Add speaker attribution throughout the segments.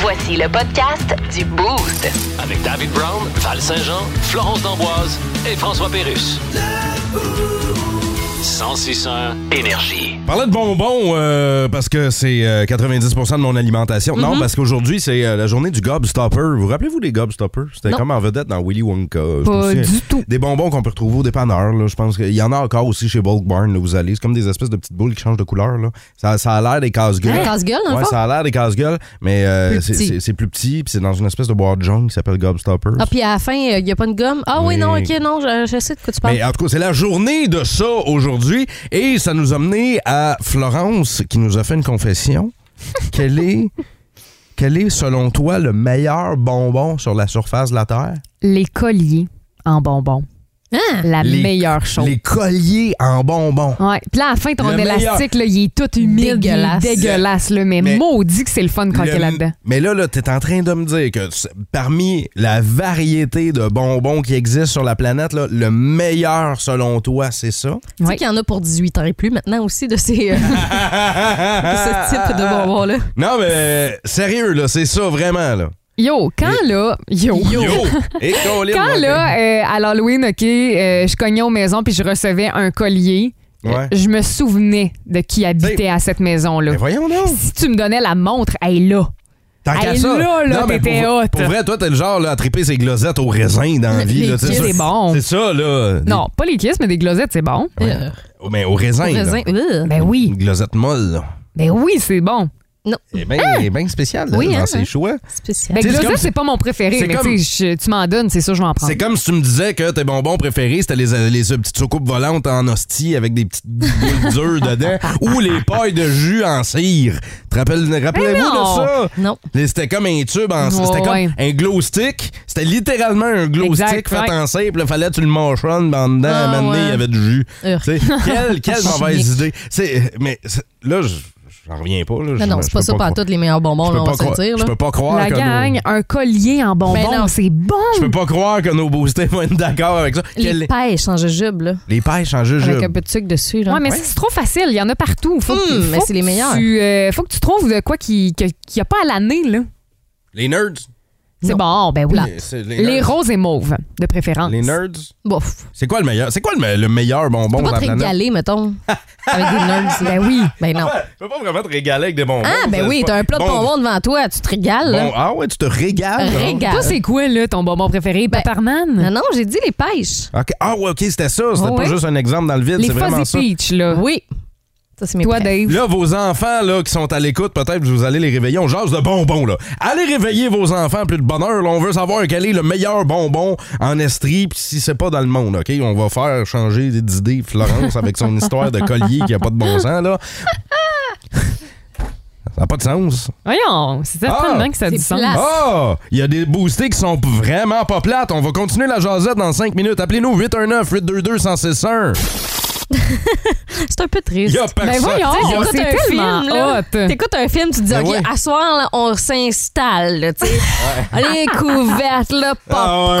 Speaker 1: Voici le podcast du Boost.
Speaker 2: Avec David Brown, Val Saint-Jean, Florence D'Amboise et François Pérus. 1061 Énergie.
Speaker 3: Parler de bonbons, euh, parce que c'est euh, 90% de mon alimentation.
Speaker 4: Mhm.
Speaker 3: Non, parce qu'aujourd'hui, c'est euh, la journée du Gobstopper. Vous rappelez-vous des Gobstoppers? C'était
Speaker 4: Non.
Speaker 3: comme en vedette dans Willy Wonka. Je
Speaker 4: Pas
Speaker 3: me souviens.
Speaker 4: du tout.
Speaker 3: Des bonbons qu'on peut retrouver au dépanneur. là. Je pense qu'il y en a encore aussi chez Bulk Barn. Là, vous allez, c'est comme des espèces de petites boules qui changent de couleur. Là. Ça, ça a l'air des casse-gueules.
Speaker 4: Hein, casse-gueule, dans le
Speaker 3: Ouais,
Speaker 4: fond?
Speaker 3: ça a l'air des casse-gueules, mais euh,
Speaker 4: Plus
Speaker 3: c'est-
Speaker 4: petit.
Speaker 3: c'est c'est plus petit, puis c'est dans une espèce de boîte jaune qui s'appelle Gobstopper.
Speaker 4: Ah, puis à la fin, il n'y a pas de gomme. Ah oui,
Speaker 3: Oui.
Speaker 4: non, ok, non, je, je sais de quoi tu parles.
Speaker 3: Mais en tout cas, c'est la journée de ça aujourd'hui. Et ça nous a mené à Florence qui nous a fait une confession. quel, est, quel est, selon toi, le meilleur bonbon sur la surface de la Terre?
Speaker 5: Les colliers en bonbons.
Speaker 4: Hein?
Speaker 5: La
Speaker 3: Les-
Speaker 5: meilleure chose. Ah,
Speaker 3: Les colliers en bonbons.
Speaker 5: Ouais. Puis là, à la fin, ton
Speaker 3: Le
Speaker 5: élastique, là, il est tout humide,
Speaker 4: Dégueulasse.
Speaker 5: dégueulasse, dégueulasse là, mais,
Speaker 3: Mais-
Speaker 5: maudit que c'est le fun de croquer
Speaker 3: Le-
Speaker 5: là-dedans.
Speaker 3: Mais là, là t'es en train de me dire que c'est- parmi la variété de bonbons qui existent sur la planète, là, le meilleur selon toi, c'est ça?
Speaker 4: Tu sais
Speaker 5: Ouais.
Speaker 4: qu'il y en a pour 18 ans et plus maintenant aussi de ces, euh, de
Speaker 3: Ah,
Speaker 4: ce type de bonbons-là.
Speaker 3: Non, mais sérieux, là, c'est ça vraiment, là.
Speaker 5: Yo, quand là, yo,
Speaker 3: Et Colin,
Speaker 5: quand
Speaker 3: moi,
Speaker 5: là, euh, à l'Halloween, OK, euh, je cognais aux maisons puis je recevais un collier, euh,
Speaker 3: Ouais. Ben,
Speaker 5: je me souvenais de qui habitait à cette maison-là.
Speaker 3: Mais voyons donc.
Speaker 5: Si tu me donnais la montre, elle est là.
Speaker 3: Tant
Speaker 5: Hey,
Speaker 3: qu'à ça.
Speaker 5: là, là,
Speaker 3: mais
Speaker 5: t'étais
Speaker 3: pour,
Speaker 5: hot.
Speaker 3: Pour vrai, toi, t'es le genre là, à triper ses glosettes aux raisins dans la vie.
Speaker 4: Les
Speaker 3: là, tu sais,
Speaker 4: kiss,
Speaker 3: ça-
Speaker 5: c'est bon.
Speaker 3: C'est ça, là. Des-
Speaker 5: Non, pas les kisses, mais des glosettes, c'est bon.
Speaker 4: Euh,
Speaker 3: Oh, Mais aux raisins. là.
Speaker 4: raisin, euh.
Speaker 5: Ben oui,
Speaker 3: Une glosette molle. là.
Speaker 5: ben oui, c'est bon.
Speaker 3: Elle est bien
Speaker 5: Ah!
Speaker 3: ben spéciale là,
Speaker 4: Oui,
Speaker 3: dans
Speaker 4: hein,
Speaker 3: ses
Speaker 4: hein.
Speaker 3: choix.
Speaker 4: spécial.
Speaker 5: Ben,
Speaker 3: T'sais, c'est comme
Speaker 5: glosette,
Speaker 3: si-
Speaker 5: c'est pas mon préféré,
Speaker 3: c'est
Speaker 5: mais
Speaker 3: comme-
Speaker 5: tu sais, je- tu m'en donnes, c'est sûr, je vais en prendre.
Speaker 3: C'est comme si tu me disais que tes bonbons préférés, c'était les, les euh, petites soucoupes volantes en hostie avec des petites boules dures dedans ou les pailles de jus en cire. Te rappelles- Rappelez-vous de
Speaker 5: non.
Speaker 3: ça?
Speaker 4: Non.
Speaker 3: Les- C'était comme un tube en
Speaker 5: Ouais,
Speaker 3: C'était comme
Speaker 5: ouais.
Speaker 3: un glow stick. C'était littéralement un glow
Speaker 5: Exact,
Speaker 3: stick fait
Speaker 5: ouais.
Speaker 3: en simple. Fallait que tu le mâchonnes, ben, en dedans,
Speaker 4: Ah,
Speaker 3: à un moment donné, il y
Speaker 4: ouais.
Speaker 3: avait du jus.
Speaker 4: Urgh.
Speaker 3: Tu sais, quelle quelle
Speaker 4: Chimique.
Speaker 3: mauvaise idée. C'est- Mais c'est- là, je- j'en reviens pas. là. Je-
Speaker 4: Non, non,
Speaker 3: je
Speaker 4: c'est pas
Speaker 3: peux
Speaker 4: ça pas
Speaker 3: croire-
Speaker 4: toutes les meilleurs bonbons,
Speaker 3: je
Speaker 4: là,
Speaker 3: peux
Speaker 4: on
Speaker 3: pas
Speaker 4: va se le
Speaker 3: croire-
Speaker 4: dire.
Speaker 3: Je
Speaker 4: là.
Speaker 3: peux pas croire
Speaker 5: La
Speaker 3: que nos-
Speaker 5: gang, un collier en
Speaker 4: Ben non.
Speaker 5: bonbons, c'est bon.
Speaker 3: Je peux pas croire que nos boostés vont être d'accord avec ça. Quelle-
Speaker 4: Les pêches en jujube, là,
Speaker 3: les pêches en
Speaker 4: avec
Speaker 3: jujube.
Speaker 4: un peu de sucre dessus. Là.
Speaker 5: Ouais, mais ça, c'est trop facile. Il y en a partout. Faut que,
Speaker 4: Hum, mais
Speaker 5: faut
Speaker 4: c'est les
Speaker 5: que
Speaker 4: meilleurs.
Speaker 5: Tu, euh, faut que tu trouves de quoi qui- que- qu'il n'y a pas à l'année. là.
Speaker 3: Les nerds.
Speaker 5: C'est bon, ben
Speaker 4: Ah.
Speaker 5: oui.
Speaker 3: Les, c'est- les
Speaker 5: Les
Speaker 3: nerds.
Speaker 5: roses et mauves, de préférence.
Speaker 3: Les nerds.
Speaker 4: Bof.
Speaker 3: C'est quoi le meilleur? C'est quoi le, me- le meilleur bonbon
Speaker 4: Tu peux
Speaker 3: de
Speaker 4: pas
Speaker 3: la
Speaker 4: te
Speaker 3: planète?
Speaker 4: régaler, mettons, avec des nerds. Ben oui. Ben non.
Speaker 3: Ouais, Tu peux pas vraiment te régaler avec des bonbons.
Speaker 4: Ah, ben
Speaker 3: Ah, ça,
Speaker 4: oui,
Speaker 3: c'est
Speaker 4: t'as
Speaker 3: pas-
Speaker 4: un plat de
Speaker 3: Bon,
Speaker 4: bonbons devant toi, tu te régales. là.
Speaker 3: bon, ah ouais, tu te régales. hein?
Speaker 4: Régale.
Speaker 5: Toi, c'est quoi, là, ton bonbon préféré?
Speaker 4: Ben,
Speaker 5: Paparman?
Speaker 4: Non, non, j'ai dit les pêches.
Speaker 3: OK. Ah ouais, OK, c'était ça. C'était
Speaker 5: Ah
Speaker 3: pas
Speaker 5: ouais?
Speaker 3: juste un exemple dans le vide,
Speaker 5: les
Speaker 3: c'est vraiment
Speaker 5: Fuzzy
Speaker 3: ça.
Speaker 5: Peach, là.
Speaker 4: Oui. Ça, c'est mes
Speaker 5: Toi,
Speaker 4: préf-
Speaker 5: Dave.
Speaker 3: Là, vos enfants là, qui sont à l'écoute, peut-être vous allez les réveiller. On jase de bonbons. Là. Allez réveiller vos enfants plus de bonheur. là. on veut savoir quel est le meilleur bonbon en Estrie, puis si c'est pas dans le monde. ok On va faire changer d'idée Florence avec son histoire de collier qui a pas de bon sens. Là. Ça n'a pas de sens.
Speaker 5: Voyons, c'est certainement que ça a du
Speaker 4: c'est
Speaker 5: sens.
Speaker 4: plat.
Speaker 3: Ah! Il y a des boostés qui sont vraiment pas plates. On va continuer la jasette dans 5 minutes. Appelez-nous 819-822-1061.
Speaker 4: C'est un peu
Speaker 3: Il
Speaker 4: triste.
Speaker 3: y a
Speaker 5: Ben
Speaker 3: personne.
Speaker 5: voyons,
Speaker 4: Tu sais, t'écoutes
Speaker 5: c'est
Speaker 4: Ah, un
Speaker 5: tellement
Speaker 4: film, là.
Speaker 5: hot.
Speaker 4: T'écoutes un film, tu te dis,
Speaker 3: Ben
Speaker 4: OK,
Speaker 3: ouais.
Speaker 4: à soir, là, on s'installe, là, tu sais. Les couvertes, le popcorn,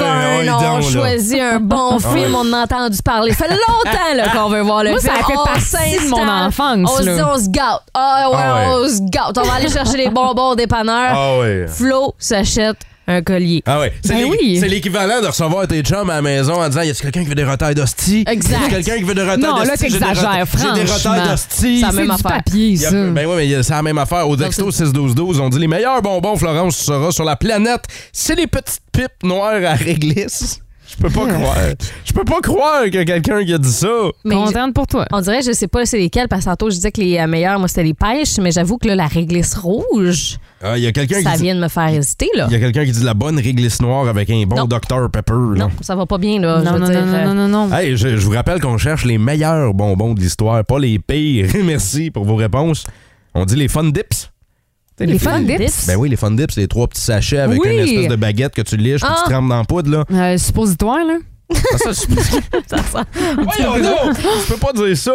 Speaker 3: Ah ouais, ouais,
Speaker 4: on
Speaker 3: donc, là.
Speaker 4: choisit un bon film, on en a entendu parler. Ça fait longtemps, là, qu'on veut voir le
Speaker 5: Ah Moi, ça
Speaker 4: film.
Speaker 5: fait
Speaker 4: On
Speaker 5: partie de mon
Speaker 4: s'installe,
Speaker 5: enfance,
Speaker 4: On se
Speaker 5: là.
Speaker 4: dit, on se gâte. Ah ouais,
Speaker 3: Ah ouais.
Speaker 4: on se gâte. On va aller chercher les bonbons au dépanneur.
Speaker 3: Ah ouais.
Speaker 4: Flo s'achète un collier.
Speaker 3: Ah ouais. C'est
Speaker 5: Ben
Speaker 3: l'é-
Speaker 5: oui.
Speaker 3: c'est l'équivalent de recevoir tes chums à la maison en disant Y a-tu quelqu'un qui veut des retails d'hostie
Speaker 4: Exact.
Speaker 3: Y a-tu quelqu'un qui veut des retails
Speaker 5: Non, là,
Speaker 3: d'hostie J'ai des
Speaker 5: t'exagères,
Speaker 3: retails- J'ai des
Speaker 5: franchement.
Speaker 3: retails d'hostie.
Speaker 4: Ça la même
Speaker 5: C'est du
Speaker 4: affaire.
Speaker 5: papier,
Speaker 3: Il y a-
Speaker 5: ça.
Speaker 3: Ben oui, mais il y a- c'est la même affaire. Au texto 6-12-12, on dit les meilleurs bonbons, Florence, tu seras sur la planète. C'est les petites pipes noires à réglisse. Je peux
Speaker 4: Ah.
Speaker 3: pas croire. Je peux pas croire que quelqu'un qui a dit ça.
Speaker 4: Mais
Speaker 5: Contente pour toi.
Speaker 4: On dirait, je sais pas c'est lesquels, parce que tantôt, je disais que les euh, meilleurs, moi, c'était les pêches, mais j'avoue que là, la réglisse rouge,
Speaker 3: Ah, Il y a quelqu'un
Speaker 4: ça
Speaker 3: qui dit.
Speaker 4: vient de me faire hésiter, là.
Speaker 3: Il y a quelqu'un qui dit la bonne réglisse noire avec un bon
Speaker 4: Non.
Speaker 3: Dr Pepper. là.
Speaker 4: Non, ça va pas bien, là. je
Speaker 5: Non,
Speaker 4: veux
Speaker 5: non,
Speaker 4: dire,
Speaker 5: non, non,
Speaker 4: euh,
Speaker 5: non, non, non.
Speaker 3: Hey, je, je vous rappelle qu'on cherche les meilleurs bonbons de l'histoire, pas les pires. Merci pour vos réponses. On dit les fun dips. T'sais,
Speaker 5: Les
Speaker 3: filles-
Speaker 5: fun dips?
Speaker 3: Ben oui, les fun dips, les trois petits sachets avec
Speaker 5: Oui.
Speaker 3: une espèce de baguette que tu liches puis
Speaker 4: Ah.
Speaker 3: tu trempes dans la poudre, là.
Speaker 5: Euh, suppositoire, là.
Speaker 3: Ah, ça, je...
Speaker 4: ça sent-
Speaker 3: Voyons donc! Tu peux pas dire ça!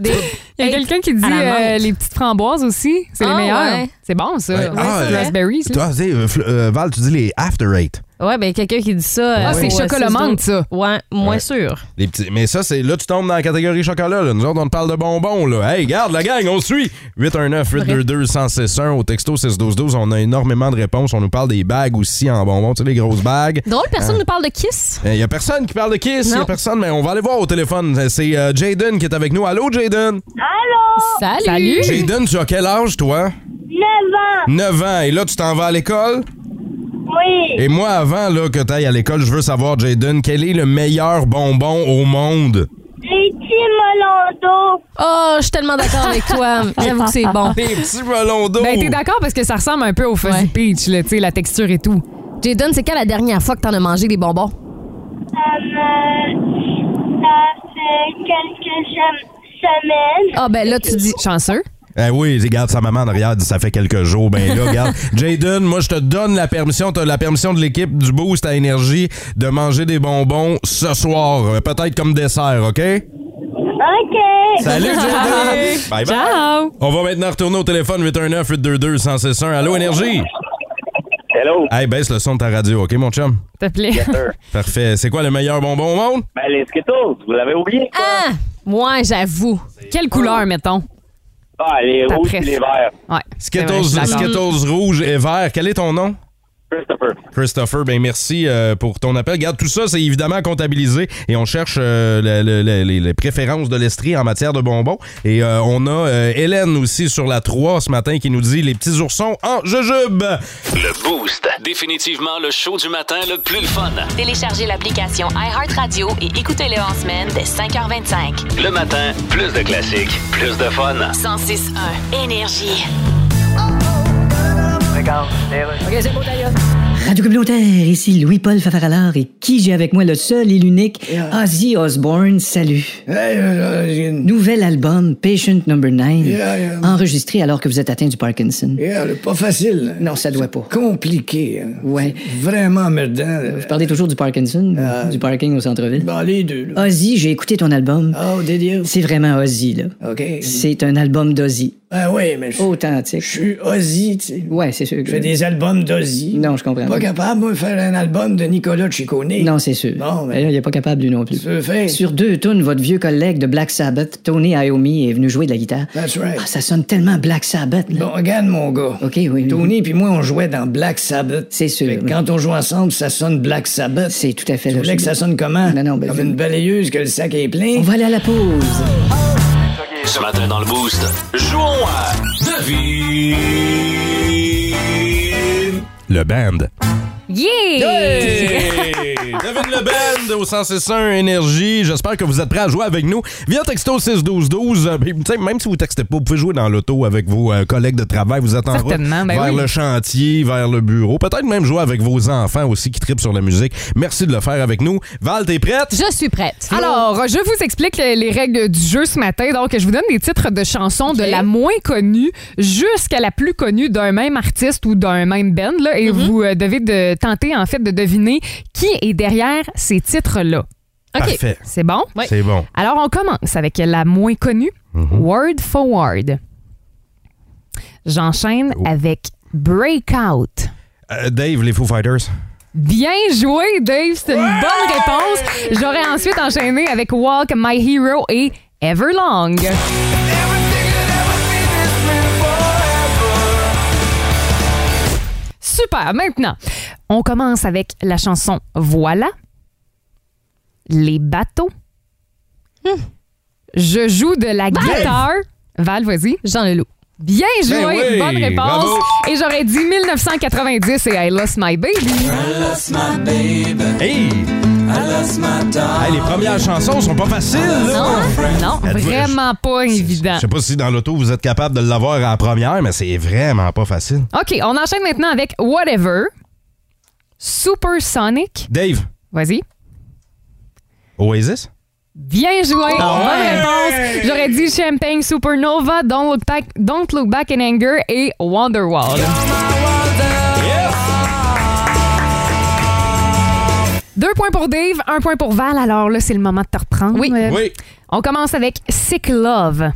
Speaker 4: Des-
Speaker 5: Il y a
Speaker 4: Hey,
Speaker 5: quelqu'un qui dit
Speaker 4: à la
Speaker 5: euh,
Speaker 4: menthe.
Speaker 5: les petites framboises aussi. C'est les
Speaker 4: Ah,
Speaker 5: meilleurs.
Speaker 4: ouais.
Speaker 5: C'est bon, ça.
Speaker 3: Ouais.
Speaker 5: Ouais,
Speaker 3: Ah,
Speaker 5: ça,
Speaker 3: ouais.
Speaker 5: raspberries. là.
Speaker 3: Toi, tu sais, euh, Fl- euh, Val, tu dis les after eight.
Speaker 4: Ouais, ben quelqu'un qui dit ça.
Speaker 5: Ah,
Speaker 4: euh,
Speaker 5: c'est
Speaker 4: au, euh,
Speaker 5: chocolat
Speaker 4: 6-12.
Speaker 5: menthe, ça.
Speaker 4: Ouais, moins sûr.
Speaker 3: Les petits, mais ça, c'est là, tu tombes dans la catégorie chocolat. là. Nous autres, on te parle de bonbons. Là. Hey, garde la gang, on suit. 819-822-1061 au texto 61212. On a énormément de réponses. On nous parle des bagues aussi en bonbons. Tu sais, les grosses bagues.
Speaker 4: Drôle, personne ne nous parle de Kiss.
Speaker 3: Il y a personne qui parle de Kiss. Il y a
Speaker 4: Non.
Speaker 3: personne, mais on va aller voir au téléphone. C'est euh, Jaden qui est avec nous. Allô, Jaden?
Speaker 4: Salut.
Speaker 5: Salut.
Speaker 3: Jaden, tu as quel âge, toi?
Speaker 6: 9 ans,
Speaker 3: 9 ans. Et là, tu t'en vas à l'école?
Speaker 6: oui.
Speaker 3: Et moi, avant là, que tu ailles à l'école, je veux savoir, Jaden, quel est le meilleur bonbon au monde?
Speaker 6: Les petits Molando.
Speaker 4: Oh, je suis tellement d'accord avec toi. J'avoue que c'est bon.
Speaker 3: Les petits melons d'eau.
Speaker 5: Ben, t'es d'accord parce que ça ressemble un peu au Fuzzy
Speaker 4: Ouais.
Speaker 5: Peach, là, tu sais, la texture et tout.
Speaker 4: Jaden, c'est quand la dernière fois que t'en as mangé des bonbons?
Speaker 6: Euh, euh, ça fait quelques sem- semaines.
Speaker 4: Ah, ben là, tu dis.
Speaker 5: Chanceux.
Speaker 3: Eh oui, regarde sa maman en arrière, dit ça fait quelques jours. Ben là, regarde. Jaden, moi je te donne la permission, t'as la permission de l'équipe du Boost à énergie de manger des bonbons ce soir, Euh, peut-être comme dessert, OK?
Speaker 6: OK.
Speaker 3: Salut Jaden. bye bye.
Speaker 5: Ciao.
Speaker 3: On va maintenant retourner au téléphone 819 822 1061. Allô énergie.
Speaker 7: Hello.
Speaker 3: Hey, baisse le son de ta radio, OK mon chum?
Speaker 5: S'il te plaît.
Speaker 7: Sir.
Speaker 3: Parfait. C'est quoi le meilleur bonbon au monde
Speaker 7: Ben, les Skittles, vous l'avez oublié? ça?
Speaker 4: Ah! Ouais, j'avoue.
Speaker 5: Quelle couleur, mettons?
Speaker 7: Ah, les
Speaker 5: Ta
Speaker 7: rouges et
Speaker 5: préf.
Speaker 7: les verts.
Speaker 5: Ouais. c'est vrai,
Speaker 3: Skittles,
Speaker 5: je suis d'accord.
Speaker 3: Skittles rouge et vert. Quel est ton nom?
Speaker 7: Christopher.
Speaker 3: Christopher, ben merci euh, pour ton appel. Regarde, tout ça, c'est évidemment comptabilisé et on cherche euh, le- le- le- les, les préférences de l'Estrie en matière de bonbons. Et euh, on a euh, Hélène aussi sur la 3 ce matin qui nous dit les petits oursons en jujube.
Speaker 2: Le Boost. Définitivement le show du matin le plus le fun.
Speaker 1: Téléchargez l'application iHeartRadio et écoutez-le en semaine dès 5h25.
Speaker 2: Le matin, plus de classiques, plus de fun.
Speaker 1: 106.1 Énergie.
Speaker 8: Radio communautaire, ici Louis-Paul Fafaralard et qui j'ai avec moi le seul et l'unique
Speaker 9: euh,
Speaker 8: Ozzy Osbourne, salut. Nouvel album, Patient Number 9,
Speaker 9: Yeah, yeah.
Speaker 8: enregistré alors que vous êtes atteint du Parkinson.
Speaker 9: Yeah, le- Eh, pas facile. hein.
Speaker 8: Non, ça doit pas.
Speaker 9: Compliqué. hein.
Speaker 8: Ouais.
Speaker 9: Vraiment emmerdant. là.
Speaker 8: Vous parlez toujours du Parkinson, du parking au centre-ville.
Speaker 9: Bon, Euh, ben, les deux. là.
Speaker 8: Ozzy, j'ai écouté ton album.
Speaker 9: Oh, did you?
Speaker 8: C'est vraiment Ozzy, là.
Speaker 9: OK.
Speaker 8: C'est un album d'Ozzy.
Speaker 9: Ah oui, mais je
Speaker 8: Authentique.
Speaker 9: je suis Ozzy, tu sais.
Speaker 8: Ouais, c'est sûr. que-
Speaker 9: Je fais des albums d'Ozzy.
Speaker 8: Non, je comprends.
Speaker 9: Pas capable, moi, de faire un album de Nicolas Ciccone.
Speaker 8: Non, c'est sûr.
Speaker 9: Bon, mais-
Speaker 8: Mais là, il est pas capable, lui non plus.
Speaker 9: Tu veux faire?
Speaker 8: Sur deux tunes, votre vieux collègue de Black Sabbath, Tony Iommi, est venu jouer de la guitare.
Speaker 9: That's right.
Speaker 8: Ah, ça sonne tellement Black Sabbath. là.
Speaker 9: Bon, regarde, mon gars.
Speaker 8: OK, oui, oui.
Speaker 9: Tony puis moi, on jouait dans Black Sabbath.
Speaker 8: C'est sûr,
Speaker 9: Fait que
Speaker 8: oui.
Speaker 9: Quand on joue ensemble, ça sonne Black Sabbath.
Speaker 8: C'est tout à fait
Speaker 9: Tu voulais
Speaker 8: logique.
Speaker 9: que ça sonne comment?
Speaker 8: Non, non, ben,
Speaker 9: Comme
Speaker 8: je-
Speaker 9: une balayeuse que le sac est plein?
Speaker 8: On va aller à la pause.
Speaker 2: Ce matin dans le Boost, jouons à Devine.
Speaker 3: Le band.
Speaker 4: Yeah!
Speaker 3: Hey! Devine le band au 161 Énergie. J'espère que vous êtes prêts à jouer avec nous. Via texto 61212. Euh, puis, tu sais, Même si vous textez pas, vous pouvez jouer dans l'auto avec vos euh, collègues de travail. Vous êtes en route
Speaker 5: Certainement, ben
Speaker 3: vers
Speaker 5: oui.
Speaker 3: le chantier, vers le bureau. Peut-être même jouer avec vos enfants aussi qui tripent sur la musique. Merci de le faire avec nous. Val, t'es prête?
Speaker 4: Je suis prête.
Speaker 5: Alors, euh, je vous explique les les règles du jeu ce matin. Donc, je vous donne des titres de chansons de la moins connue jusqu'à la plus connue d'un même artiste ou d'un même band. là. et vous euh, devez de, tenter, en fait, de deviner qui est derrière ces titres-là.
Speaker 4: OK.
Speaker 3: Parfait.
Speaker 5: C'est bon?
Speaker 3: C'est bon. Mhm.
Speaker 5: Alors, on commence avec la moins connue, Word for Word. J'enchaîne
Speaker 3: Oh.
Speaker 5: avec Breakout.
Speaker 3: Euh, Dave, les Foo Fighters.
Speaker 5: Bien joué, Dave, c'est une bonne réponse. J'aurais ensuite enchaîné avec Walk My Hero et Everlong. Super, maintenant, on commence avec la chanson Voilà, Les bateaux,
Speaker 3: Hum.
Speaker 5: Je joue de la guitare. Val, vas-y.
Speaker 4: Jean Leloup.
Speaker 5: Bien joué,
Speaker 3: Ben oui,
Speaker 5: bonne réponse.
Speaker 3: bravo.
Speaker 5: Et j'aurais dit 1990 et I Lost My Baby.
Speaker 3: Hey! Hey, les premières chansons sont pas faciles, là.
Speaker 5: Hein? Non,
Speaker 3: Êtes-vous-
Speaker 5: vraiment pas évident.
Speaker 3: Je sais pas si dans l'auto vous êtes capable de l'avoir à la première, mais c'est vraiment pas facile.
Speaker 5: OK, on enchaîne maintenant avec Whatever, Supersonic.
Speaker 3: Dave,
Speaker 5: Vas-y.
Speaker 3: Oasis?
Speaker 5: Bien joué,
Speaker 3: Ah
Speaker 5: bonne réponse. J'aurais dit Champagne Supernova, Don't Look Back, Don't Look Back in Anger et Wonderwall. Deux points pour Dave, un point Euh, pour Val. Alors là, c'est le moment de te reprendre.
Speaker 4: Oui.
Speaker 5: Euh,
Speaker 3: Oui.
Speaker 5: On commence avec Sick Love.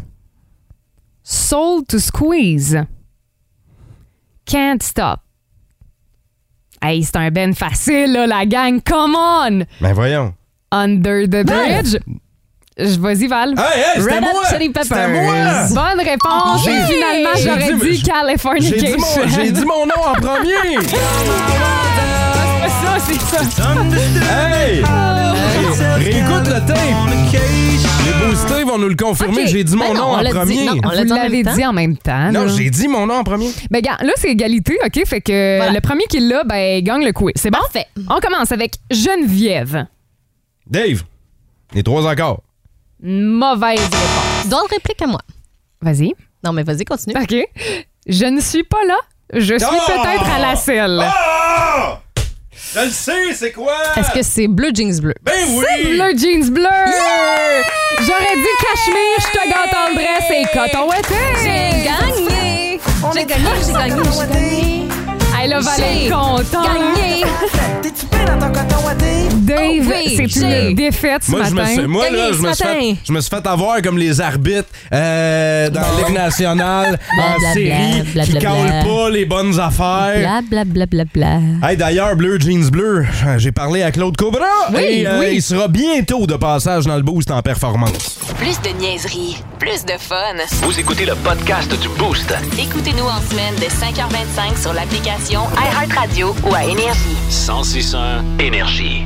Speaker 5: Soul to Squeeze. Can't Stop. Hey, c'est un ben facile, là, la gang. Come on!
Speaker 3: Ben voyons.
Speaker 5: Under the Bridge. Je vas-y, Val.
Speaker 3: Hey, hey, c'était
Speaker 4: Red
Speaker 3: moi!
Speaker 4: Hot Chili
Speaker 3: C'était
Speaker 4: Peppers.
Speaker 3: moi!
Speaker 5: Bonne réponse.
Speaker 3: J'ai-
Speaker 5: Et finalement,
Speaker 3: J'ai
Speaker 5: j'aurais
Speaker 3: dit-
Speaker 5: dit California
Speaker 3: J'ai dit, mon, j'ai dit mon nom en premier!
Speaker 5: ça, c'est ça.
Speaker 3: Hey! Réécoute le tape! Les boostés vont nous le confirmer.
Speaker 4: Ok.
Speaker 3: J'ai dit mon
Speaker 4: Ben non,
Speaker 3: nom
Speaker 4: on
Speaker 3: en
Speaker 4: l'a dit.
Speaker 3: premier.
Speaker 4: Non, on l'a
Speaker 5: Vous
Speaker 4: dit en
Speaker 5: l'avez
Speaker 4: même temps.
Speaker 5: dit en même temps.
Speaker 3: Non,
Speaker 5: là.
Speaker 3: j'ai dit mon nom en premier.
Speaker 5: Ben, gars, là, c'est égalité, OK? Fait que
Speaker 4: Voilà.
Speaker 5: le premier qui l'a, ben, gagne le quiz. C'est bon?
Speaker 4: Parfait.
Speaker 5: On commence avec Geneviève.
Speaker 3: Dave, les trois accords.
Speaker 5: Mauvaise réponse.
Speaker 4: Donne réplique à moi.
Speaker 5: Vas-y.
Speaker 4: Non, mais vas-y, continue.
Speaker 5: OK. Je ne suis pas là. Je suis
Speaker 3: Oh!
Speaker 5: peut-être à la selle.
Speaker 3: Ah! Je le sais, c'est quoi?
Speaker 4: Est-ce que c'est bleu, jeans bleu?
Speaker 3: Ben oui!
Speaker 5: Bleu jeans bleu. J'aurais dit cachemire, je te gâte en dress et coton
Speaker 4: J'ai
Speaker 5: ouaté.
Speaker 4: gagné! J'ai gagné, j'ai gagné, j'ai gagné.
Speaker 5: Elle a
Speaker 4: J'ai
Speaker 5: valu content.
Speaker 4: Gagné!
Speaker 5: Dave,
Speaker 4: Oh oui,
Speaker 5: c'est
Speaker 4: j'ai-
Speaker 5: une défaite ce
Speaker 3: Moi, je me
Speaker 5: matin.
Speaker 3: suis, moi, là,
Speaker 4: Gagné
Speaker 3: je
Speaker 4: ce
Speaker 3: me suis fait,
Speaker 4: matin.
Speaker 3: je me suis fait avoir comme les arbitres euh, dans la Ligue nationale en
Speaker 4: Blablabla,
Speaker 3: série qui
Speaker 4: blablabla.
Speaker 3: calent pas les bonnes affaires.
Speaker 4: Bla, bla, bla, bla, bla.
Speaker 3: Hey, d'ailleurs, Bleu Jeans Bleu, j'ai parlé à Claude Cobra et euh,
Speaker 5: oui.
Speaker 3: il sera bientôt de passage dans le boost en performance.
Speaker 1: Plus de niaiserie, plus de fun.
Speaker 2: Vous écoutez le podcast du Boost.
Speaker 1: Écoutez-nous en semaine de 5h25 sur l'application iHeartRadio ou à Énergie.
Speaker 2: 1061 Énergie.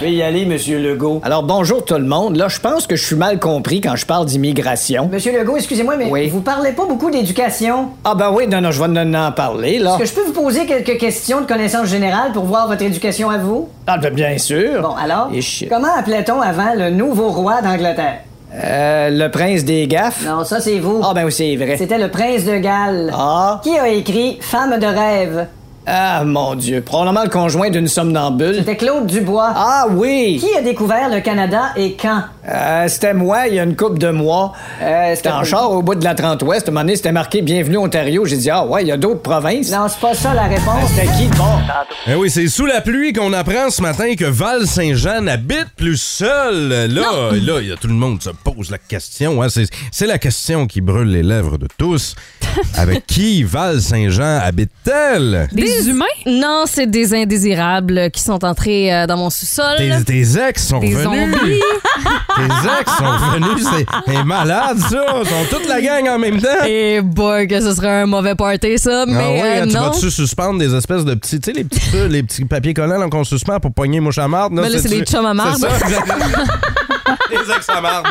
Speaker 9: Je vais y aller, Monsieur Legault. Alors, bonjour tout le monde. Là, je pense que je suis mal compris quand je parle d'immigration.
Speaker 10: Monsieur Legault, excusez-moi, mais
Speaker 9: Oui.
Speaker 10: vous parlez pas beaucoup d'éducation.
Speaker 9: Ah ben oui, non, non, je vais en- en parler, là.
Speaker 10: Est-ce que je peux vous poser quelques questions de connaissance générale pour voir votre éducation à vous?
Speaker 9: Ah ben bien sûr.
Speaker 10: Bon, alors,
Speaker 9: Et shit.
Speaker 10: comment appelait-on avant le nouveau roi d'Angleterre?
Speaker 9: Euh, le prince des gaffes.
Speaker 10: Non, ça c'est vous.
Speaker 9: Ah ben oui, c'est vrai.
Speaker 10: C'était le prince de Galles.
Speaker 9: Ah.
Speaker 10: Qui a écrit Femme de rêve?
Speaker 9: Ah mon Dieu, probablement le conjoint d'une somnambule.
Speaker 10: C'était Claude Dubois.
Speaker 9: Ah oui.
Speaker 10: Qui a découvert le Canada et quand?
Speaker 9: Euh, c'était moi, il y a une couple de mois.
Speaker 10: Euh,
Speaker 9: J'étais en
Speaker 10: c'était-
Speaker 9: char au bout de la 30 Ouest. À un moment donné, c'était marqué Bienvenue Ontario. J'ai dit ah ouais, il y a d'autres provinces. Euh,
Speaker 10: Non, c'est pas ça la réponse.
Speaker 9: C'était qui bon?
Speaker 3: Eh oui, c'est sous la pluie qu'on apprend ce matin que Val-Saint-Jean n'habite plus seul. Là, là, il y a tout le monde se pose la question. hein. C'est, c'est la question qui brûle les lèvres de tous. Avec qui Val-Saint-Jean habite-t-elle?
Speaker 5: Des humains?
Speaker 4: Non, c'est des indésirables qui sont entrés euh, dans mon sous-sol.
Speaker 3: Tes, tes ex sont
Speaker 5: Des
Speaker 3: venus.
Speaker 5: zombies.
Speaker 3: Tes ex sont venus. C'est, c'est malade, ça. Ils sont toute la gang en même temps.
Speaker 4: Et Eh, boy, que ce serait un mauvais party, ça,
Speaker 3: Ah
Speaker 4: mais
Speaker 3: ouais,
Speaker 4: euh,
Speaker 3: tu
Speaker 4: non.
Speaker 3: vas-tu suspendre des espèces de petits, tu sais, les petits, bulles, les petits papiers collants là, qu'on suspend pour pogner mouche à marde?
Speaker 4: Mais là, c'est des chums à marde.
Speaker 3: C'est ça, exactement. Les ex à marde.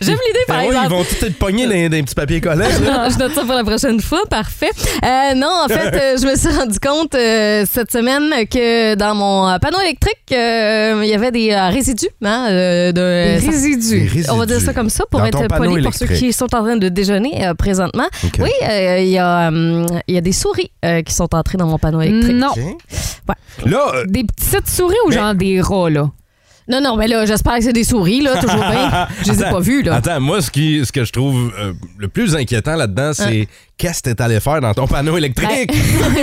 Speaker 4: J'aime l'idée, par
Speaker 3: Ben oui,
Speaker 4: exemple.
Speaker 3: ils vont tous être pognés dans des petits papiers collants. là.
Speaker 4: Non, je note ça pour la prochaine fois. Parfait. Euh, non, en fait, euh, je me suis rendu compte euh, cette semaine que dans mon euh, panneau électrique, euh, il y avait des euh, résidus. hein, euh, de,
Speaker 5: Des
Speaker 4: ça-
Speaker 5: résidus.
Speaker 4: on va dire ça comme ça pour
Speaker 3: Dans ton
Speaker 4: être
Speaker 3: panneau
Speaker 4: poli pour ceux
Speaker 3: électrique.
Speaker 4: qui sont en train de déjeuner euh, présentement.
Speaker 3: Ok.
Speaker 4: Oui, euh, il y, a, hum, il y a des souris euh, qui sont entrées dans mon panneau électrique.
Speaker 5: Non.
Speaker 3: Ok. Là, euh,
Speaker 5: Des petites souris ou genre des rats, là?
Speaker 4: Non, non, mais là, j'espère que c'est des souris, là, toujours bien. Je les ai
Speaker 3: Attends,
Speaker 4: pas vues, là.
Speaker 3: Attends, moi, ce, qui, ce que je trouve euh, le plus inquiétant là-dedans, c'est qu'est-ce que t'es allé faire dans ton panneau électrique?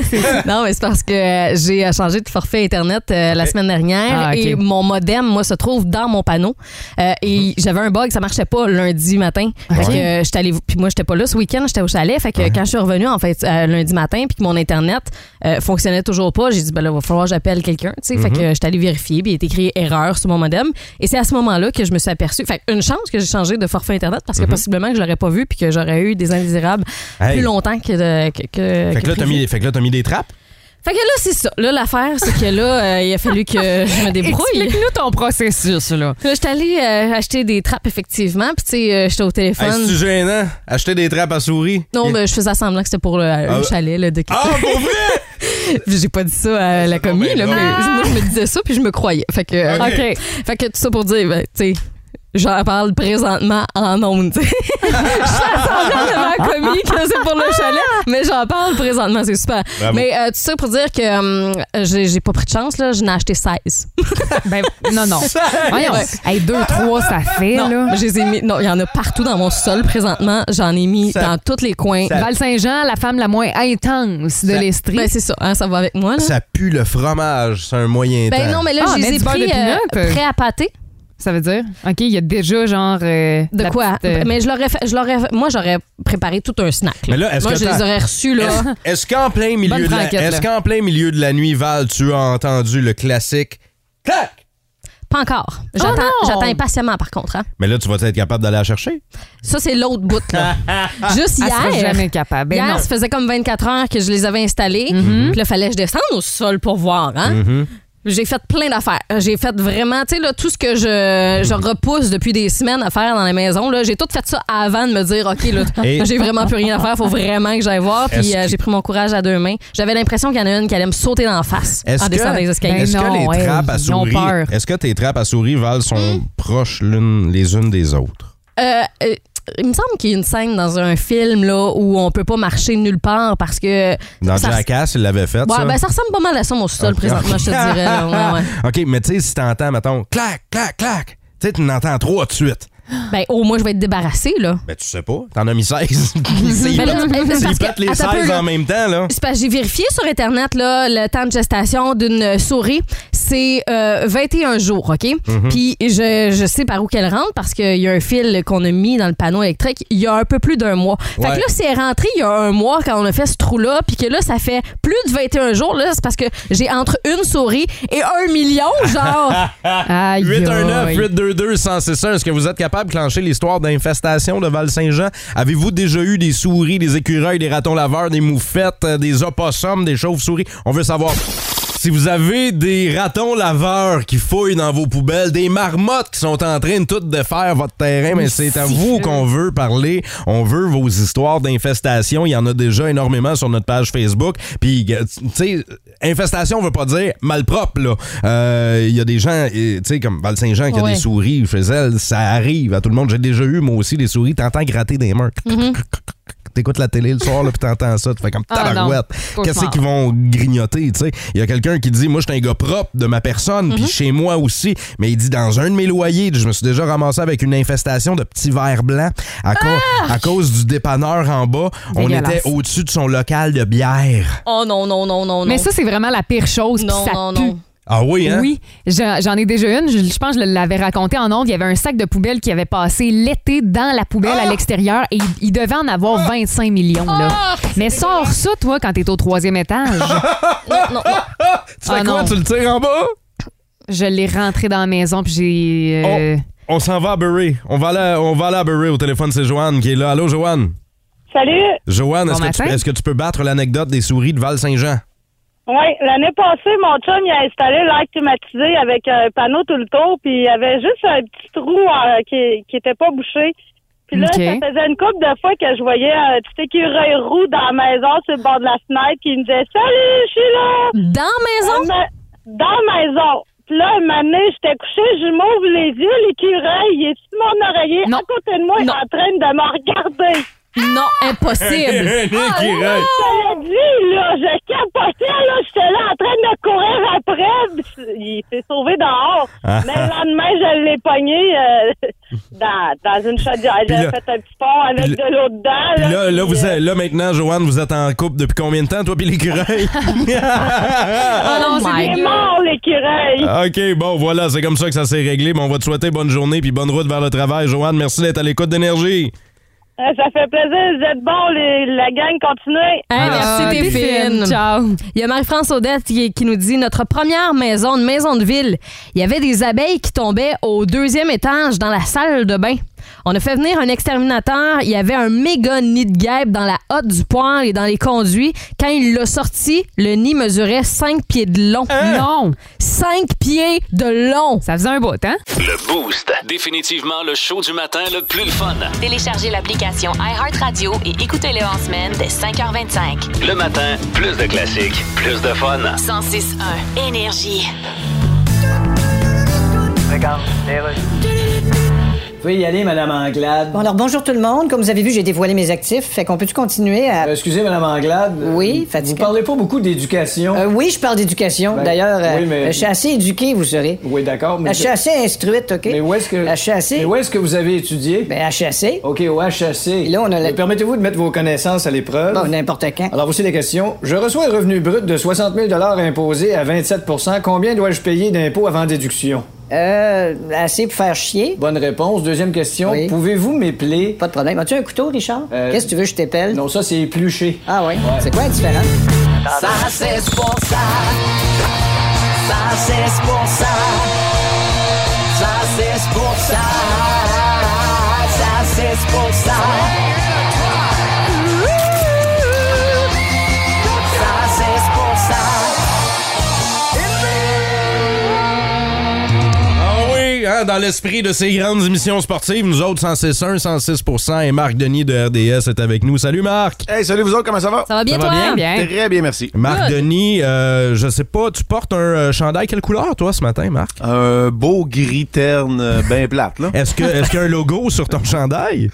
Speaker 4: non, mais c'est parce que euh, j'ai euh, changé de forfait Internet euh, la semaine dernière
Speaker 5: Ah, ok.
Speaker 4: et mon modem, moi, se trouve dans mon panneau. Euh,
Speaker 3: Mhm.
Speaker 4: et j'avais un bug, ça marchait pas lundi matin. Fait que euh, j'étais allée- puis moi, j'étais pas là ce week-end, j'étais au chalet. Fait que quand je suis revenue, en fait, euh, lundi matin, puis que mon Internet euh, fonctionnait toujours pas, j'ai dit, ben là, va falloir que j'appelle quelqu'un, tu sais. Fait
Speaker 3: Mhm.
Speaker 4: que euh, j'étais allée vérifier, puis il est écrit erreur sur mon modem. Et c'est à ce moment-là que je me suis aperçue. Fait que une chance que j'ai changé de forfait Internet parce que possiblement que je l'aurais pas vu, puis que j'aurais eu des indésirables
Speaker 3: Mhm. Hey.
Speaker 4: plus longtemps que. de- que,
Speaker 3: fait,
Speaker 4: que- que
Speaker 3: que là, t'as
Speaker 4: prévu.
Speaker 3: mis, fait que là, t'as mis des trappes?
Speaker 4: Fait que là, c'est ça. Là, l'affaire, c'est que là, euh, il a fallu que je me débrouille.
Speaker 5: Explique-nous ton processus, là.
Speaker 4: Là, j'étais allée euh, acheter des trappes, effectivement. Puis, tu sais, euh, j'étais au
Speaker 3: Hey,
Speaker 4: téléphone.
Speaker 3: C'est-tu gênant? Acheter des trappes à souris?
Speaker 4: non,
Speaker 3: Il-
Speaker 4: ben, je faisais semblant que c'était pour le,
Speaker 3: Ah,
Speaker 4: le chalet là, de quelqu'un.
Speaker 3: Ah, pour vrai?
Speaker 4: Puis j'ai pas dit ça à la
Speaker 3: tombe
Speaker 4: commis,
Speaker 3: bien
Speaker 4: là, mais
Speaker 3: drôle.
Speaker 4: je- moi, je me disais ça, puis je me croyais. Fait que, euh,
Speaker 3: Ok.
Speaker 4: fait que tout ça pour dire, ben, tu sais, j'en parle présentement en ondes. tu sais. je fais semblant devant la commis que c'est pour le chalet, mais j'en parle présentement, c'est super.
Speaker 11: Bravo.
Speaker 4: Mais euh, tout ça pour dire que hum, j'ai j'ai pas pris de chance, là, j'en ai acheté 16.
Speaker 5: ben, non, non. Voyons. Hey, deux, trois, ça fait,
Speaker 4: non,
Speaker 5: là.
Speaker 4: Je les ai mis, non, il y en a partout dans mon sol présentement. J'en ai mis
Speaker 3: Ça-
Speaker 4: dans tous les coins.
Speaker 3: ça-
Speaker 5: Val-Saint-Jean, la femme la moins intense de
Speaker 3: Ça-
Speaker 5: l'Estrie.
Speaker 4: Ben, c'est ça, hein, ça va avec moi. Là.
Speaker 3: Ça pue le fromage, c'est un moyen
Speaker 4: Ben
Speaker 3: temps.
Speaker 4: non, mais là,
Speaker 5: Ah,
Speaker 4: je
Speaker 5: mais
Speaker 4: les ai
Speaker 5: du beurre de
Speaker 4: pris euh,
Speaker 5: peanut.
Speaker 4: prêts à pâter.
Speaker 5: Ça veut dire? OK, il y a déjà genre. euh,
Speaker 4: De
Speaker 5: la
Speaker 4: quoi?
Speaker 5: petite, euh,
Speaker 4: Mais je l'aurais fait, je l'aurais fait- moi, j'aurais préparé tout un snack. là.
Speaker 3: Mais là, est-ce
Speaker 4: moi,
Speaker 3: que
Speaker 4: je les
Speaker 3: t'as-
Speaker 4: aurais reçus, là.
Speaker 3: Est-ce est-ce qu'en plein
Speaker 5: Bonne
Speaker 3: milieu de la,
Speaker 5: franquette, là.
Speaker 3: est-ce qu'en plein milieu de la nuit Val, tu as entendu le classique clac
Speaker 4: Pas encore. J'attends
Speaker 5: non!
Speaker 4: j'attends impatiemment, par contre. hein.
Speaker 3: Mais là, tu vas être capable d'aller la chercher.
Speaker 4: Ça, c'est l'autre bout, là. Juste
Speaker 5: elle
Speaker 4: hier.
Speaker 5: sera jamais capable. Ben
Speaker 4: Hier,
Speaker 5: non.
Speaker 4: ça faisait comme 24 heures que je les avais installés.
Speaker 3: Mhm.
Speaker 4: Puis là, fallait que je descende au sol pour voir. Hein? J'ai fait plein d'affaires. Euh, J'ai fait vraiment, tu sais, là, tout ce que je, je repousse depuis des semaines à faire dans la maison. là, J'ai tout fait ça avant de me dire, OK, là,
Speaker 3: Et-
Speaker 4: j'ai vraiment plus rien à faire. Faut vraiment que j'aille voir. Puis
Speaker 3: Est-ce
Speaker 4: euh,
Speaker 3: que-
Speaker 4: j'ai pris mon courage à deux mains. J'avais l'impression qu'il y en a une qui allait me sauter dans la face
Speaker 3: Est-ce
Speaker 4: en
Speaker 3: que-
Speaker 4: descendant les escaliers.
Speaker 5: Ben
Speaker 3: Est-ce
Speaker 5: non,
Speaker 3: que les
Speaker 5: hey,
Speaker 3: trappes à
Speaker 5: ils ont
Speaker 3: souris,
Speaker 5: peur.
Speaker 3: est-ce que tes trappes à souris Val sont
Speaker 4: Hmm?
Speaker 3: proches l'une les unes des autres
Speaker 4: Euh, euh, il me semble qu'il y a une scène dans un film là, où on peut pas marcher nulle part parce que.
Speaker 3: Dans
Speaker 4: ça,
Speaker 3: Jackass, ils l'avaient fait
Speaker 4: Ouais,
Speaker 3: ça.
Speaker 4: ben, ça ressemble pas mal à ça, mon sous-sol,
Speaker 3: Ok.
Speaker 4: présentement, je te dirais. là. Ouais, ouais.
Speaker 3: OK, mais tu sais si t'entends mettons clac clac clac, tu sais tu en entends trois de suite.
Speaker 4: Ben, au moins, je vais être débarrassée, là.
Speaker 3: Ben tu sais pas, t'en as mis 16. S'ils
Speaker 4: Ben là,
Speaker 3: pètent-
Speaker 4: ben, parce
Speaker 3: s'ils
Speaker 4: que-
Speaker 3: pètent les
Speaker 4: attends un peu,
Speaker 3: 16
Speaker 4: là.
Speaker 3: en même temps là.
Speaker 4: C'est parce que j'ai vérifié sur Internet là, le temps de gestation d'une souris. C'est euh, 21 jours, OK? Puis je, je sais par où qu'elle rentre parce qu'il y a un fil qu'on a mis dans le panneau électrique il y a un peu plus d'un mois. Fait
Speaker 3: Ouais.
Speaker 4: que là, c'est rentré il y a un mois quand on a fait ce trou-là, puis que là, ça fait plus de 21 jours. là C'est parce que j'ai entre une souris et un million, genre.
Speaker 5: Aïe,
Speaker 3: 819
Speaker 5: aïe.
Speaker 3: 822 161 Est-ce que vous êtes capable de clencher l'histoire d'infestation de Val-Saint-Jean? Avez-vous déjà eu des souris, des écureuils, des ratons laveurs, des moufettes, euh, des opossums, des chauves-souris? On veut savoir. Si vous avez des ratons laveurs qui fouillent dans vos poubelles, des marmottes qui sont en train de toutes défaire votre terrain, mais c'est à vous qu'on veut parler. On veut vos histoires d'infestation. Il y en a déjà énormément sur notre page Facebook. Puis, tu sais, infestation veut pas dire malpropre, là. Euh, Il y a des gens, euh, tu sais, comme Val-Saint-Jean qui a
Speaker 4: Ouais.
Speaker 3: des souris chez elle. Ça arrive à tout le monde. J'ai déjà eu, moi aussi, des souris. T'entends gratter des mains. T'écoutes la télé le soir, là, puis t'entends ça. Tu fais comme
Speaker 5: Mm-hmm. Ah, non.
Speaker 3: tabarouette. Qu'est-ce
Speaker 5: Cauchemar.
Speaker 3: qu'ils vont grignoter, tu sais? Il y a quelqu'un qui dit, moi, je suis un gars propre de ma personne,
Speaker 5: Mhm.
Speaker 3: puis chez moi aussi. Mais il dit, dans un de mes loyers, je me suis déjà ramassé avec une infestation de petits vers blancs à, cau- à cause du dépanneur en bas. On
Speaker 5: Ah! Dégueulasse.
Speaker 3: était au-dessus de son local de bière.
Speaker 4: oh non, non, non, non, non.
Speaker 5: Mais ça, c'est vraiment la pire chose. puis
Speaker 4: non,
Speaker 5: ça
Speaker 4: non,
Speaker 5: pue.
Speaker 4: non.
Speaker 3: Ah oui, hein?
Speaker 5: Oui, j'en j'en ai déjà une. Je, je pense que je l'avais raconté en ondes. Il y avait un sac de poubelle qui avait passé l'été dans la poubelle à l'extérieur et il, il devait en avoir 25 millions. Là.
Speaker 4: Ah!
Speaker 5: Mais sors ça, toi, quand t'es au troisième étage.
Speaker 4: Non, non, non.
Speaker 3: Tu fais quoi?
Speaker 5: Ah non.
Speaker 3: Tu le tires en bas?
Speaker 5: je l'ai rentré dans la maison puis j'ai. euh,
Speaker 3: On s'en va à Bury. On va aller, à- on va aller à Bury au téléphone. C'est Joanne qui est là. Allô, Joanne?
Speaker 6: Salut!
Speaker 3: Joanne,
Speaker 5: Bon
Speaker 3: est-ce que, tu-
Speaker 5: matin.
Speaker 3: est-ce que tu peux battre l'anecdote des souris de Val-Saint-Jean?
Speaker 6: Oui, l'année passée, mon chum il a installé l'air climatisé avec un panneau tout le tour, puis il y avait juste un petit trou euh, qui qui était pas bouché. Puis là,
Speaker 5: Ok.
Speaker 6: ça faisait une couple de fois que je voyais un petit écureuil roux dans la maison sur le bord de la fenêtre, qui me disait Salut, je suis là!
Speaker 4: Dans maison?
Speaker 6: Ma- Dans la maison. Puis là, un moment donné, j'étais couchée, je m'ouvre les yeux, l'écureuil, il est sur mon oreiller,
Speaker 5: Non.
Speaker 6: à côté de moi, il est
Speaker 4: Non.
Speaker 6: en train de me regarder.
Speaker 5: Ah!
Speaker 4: Non, impossible.
Speaker 3: Écureuil.
Speaker 6: Je te l'ai dit, là, je capotais, là, j'étais là en train de courir après, puis c- il s'est sauvé dehors.
Speaker 3: Ah.
Speaker 6: Mais le lendemain, je l'ai pogné euh, dans, dans une chaudière.
Speaker 3: Puis
Speaker 6: J'avais
Speaker 3: là-
Speaker 6: fait un petit pont avec
Speaker 3: puis là-
Speaker 6: de l'eau dedans.
Speaker 3: Puis là, là,
Speaker 6: puis,
Speaker 3: vous
Speaker 6: euh,
Speaker 3: êtes- là, maintenant, Joanne, vous êtes en couple depuis combien de temps, toi, puis l'écureuil?
Speaker 5: Ah non,
Speaker 4: Oh
Speaker 5: c'est
Speaker 4: my
Speaker 5: bien
Speaker 6: Il est
Speaker 5: mort.
Speaker 6: mort, l'écureuil.
Speaker 3: OK, bon, voilà, c'est comme ça que ça s'est réglé. Bon, on va te souhaiter bonne journée puis bonne route vers le travail. Joanne, merci d'être à l'écoute d'énergie.
Speaker 6: Euh, Ça fait plaisir, vous êtes bons, les- la gang, continuez.
Speaker 4: Hey,
Speaker 5: Ah,
Speaker 4: merci, t'es
Speaker 5: t'es
Speaker 4: fine.
Speaker 5: fine. Ciao.
Speaker 4: Il y a Marie-France Odette qui, qui nous dit notre première maison, une maison de ville. Il y avait des abeilles qui tombaient au deuxième étage dans la salle de bain. On a fait venir un exterminateur. Il y avait un méga nid de guêpe dans la hotte du poêle et dans les conduits. Quand il l'a sorti, le nid mesurait 5 pieds de long.
Speaker 3: Hein?
Speaker 11: Hein?
Speaker 5: Non,
Speaker 4: 5 pieds de long!
Speaker 5: ça faisait un bout, hein?
Speaker 2: Le Boost. Définitivement le show du matin le plus le fun.
Speaker 1: Téléchargez l'application iHeartRadio et écoutez-le en semaine dès 5h25.
Speaker 2: Le matin, plus de classiques, plus de fun.
Speaker 1: 106.1 Énergie.
Speaker 9: pouvez y aller, Madame Anglade.
Speaker 10: Bon, alors bonjour tout le monde. Comme vous avez vu, j'ai dévoilé mes actifs. Fait qu'on peut-tu continuer à.
Speaker 9: Euh, excusez, Madame Anglade. Euh,
Speaker 10: Oui,
Speaker 9: Vous
Speaker 10: fatigué.
Speaker 9: parlez pas beaucoup d'éducation.
Speaker 10: Euh, oui, je parle d'éducation.
Speaker 9: Ben,
Speaker 10: D'ailleurs, euh,
Speaker 9: oui, mais-
Speaker 10: je suis assez éduqué, vous serez. Ah,
Speaker 9: oui, d'accord.
Speaker 10: Je suis assez instruite, OK? Ah,
Speaker 9: mais où est-ce que.
Speaker 10: À chasser.
Speaker 9: Mais où est-ce que vous avez étudié?
Speaker 10: Ben, à chasser.
Speaker 9: OK, au HAC.
Speaker 10: Et là, on a la-
Speaker 9: Mais Permettez-vous de mettre vos connaissances à l'épreuve.
Speaker 10: Bon, n'importe quand.
Speaker 9: Alors, voici les questions. Je reçois un revenu brut de 60 000 imposé à 27 Combien dois-je payer d'impôts avant déduction?
Speaker 10: Euh, assez pour faire chier.
Speaker 9: Bonne réponse. Deuxième question.
Speaker 10: Oui.
Speaker 9: Pouvez-vous m'épeler?
Speaker 10: Pas de problème. As-tu un couteau, Richard?
Speaker 9: Euh,
Speaker 10: Qu'est-ce que tu veux, que je t'épelle?
Speaker 9: Non, ça, c'est épluché.
Speaker 10: Ah ouais. C'est quoi la différence?
Speaker 3: Ah oui, hein, dans l'esprit de ces grandes émissions sportives, nous autres 106.1, 106% et Marc Denis de RDS est avec nous. Salut Marc!
Speaker 11: Hey, salut vous autres, comment ça va?
Speaker 4: Ça va bien, toi?
Speaker 5: Bien.
Speaker 11: Très bien, merci.
Speaker 3: Marc Denis, euh, je sais pas, tu portes un euh, chandail quelle couleur toi ce matin, Marc?
Speaker 11: Un beau gris terne, euh, ben plate, là.
Speaker 3: Est-ce que est-ce qu'il y a un logo sur ton chandail?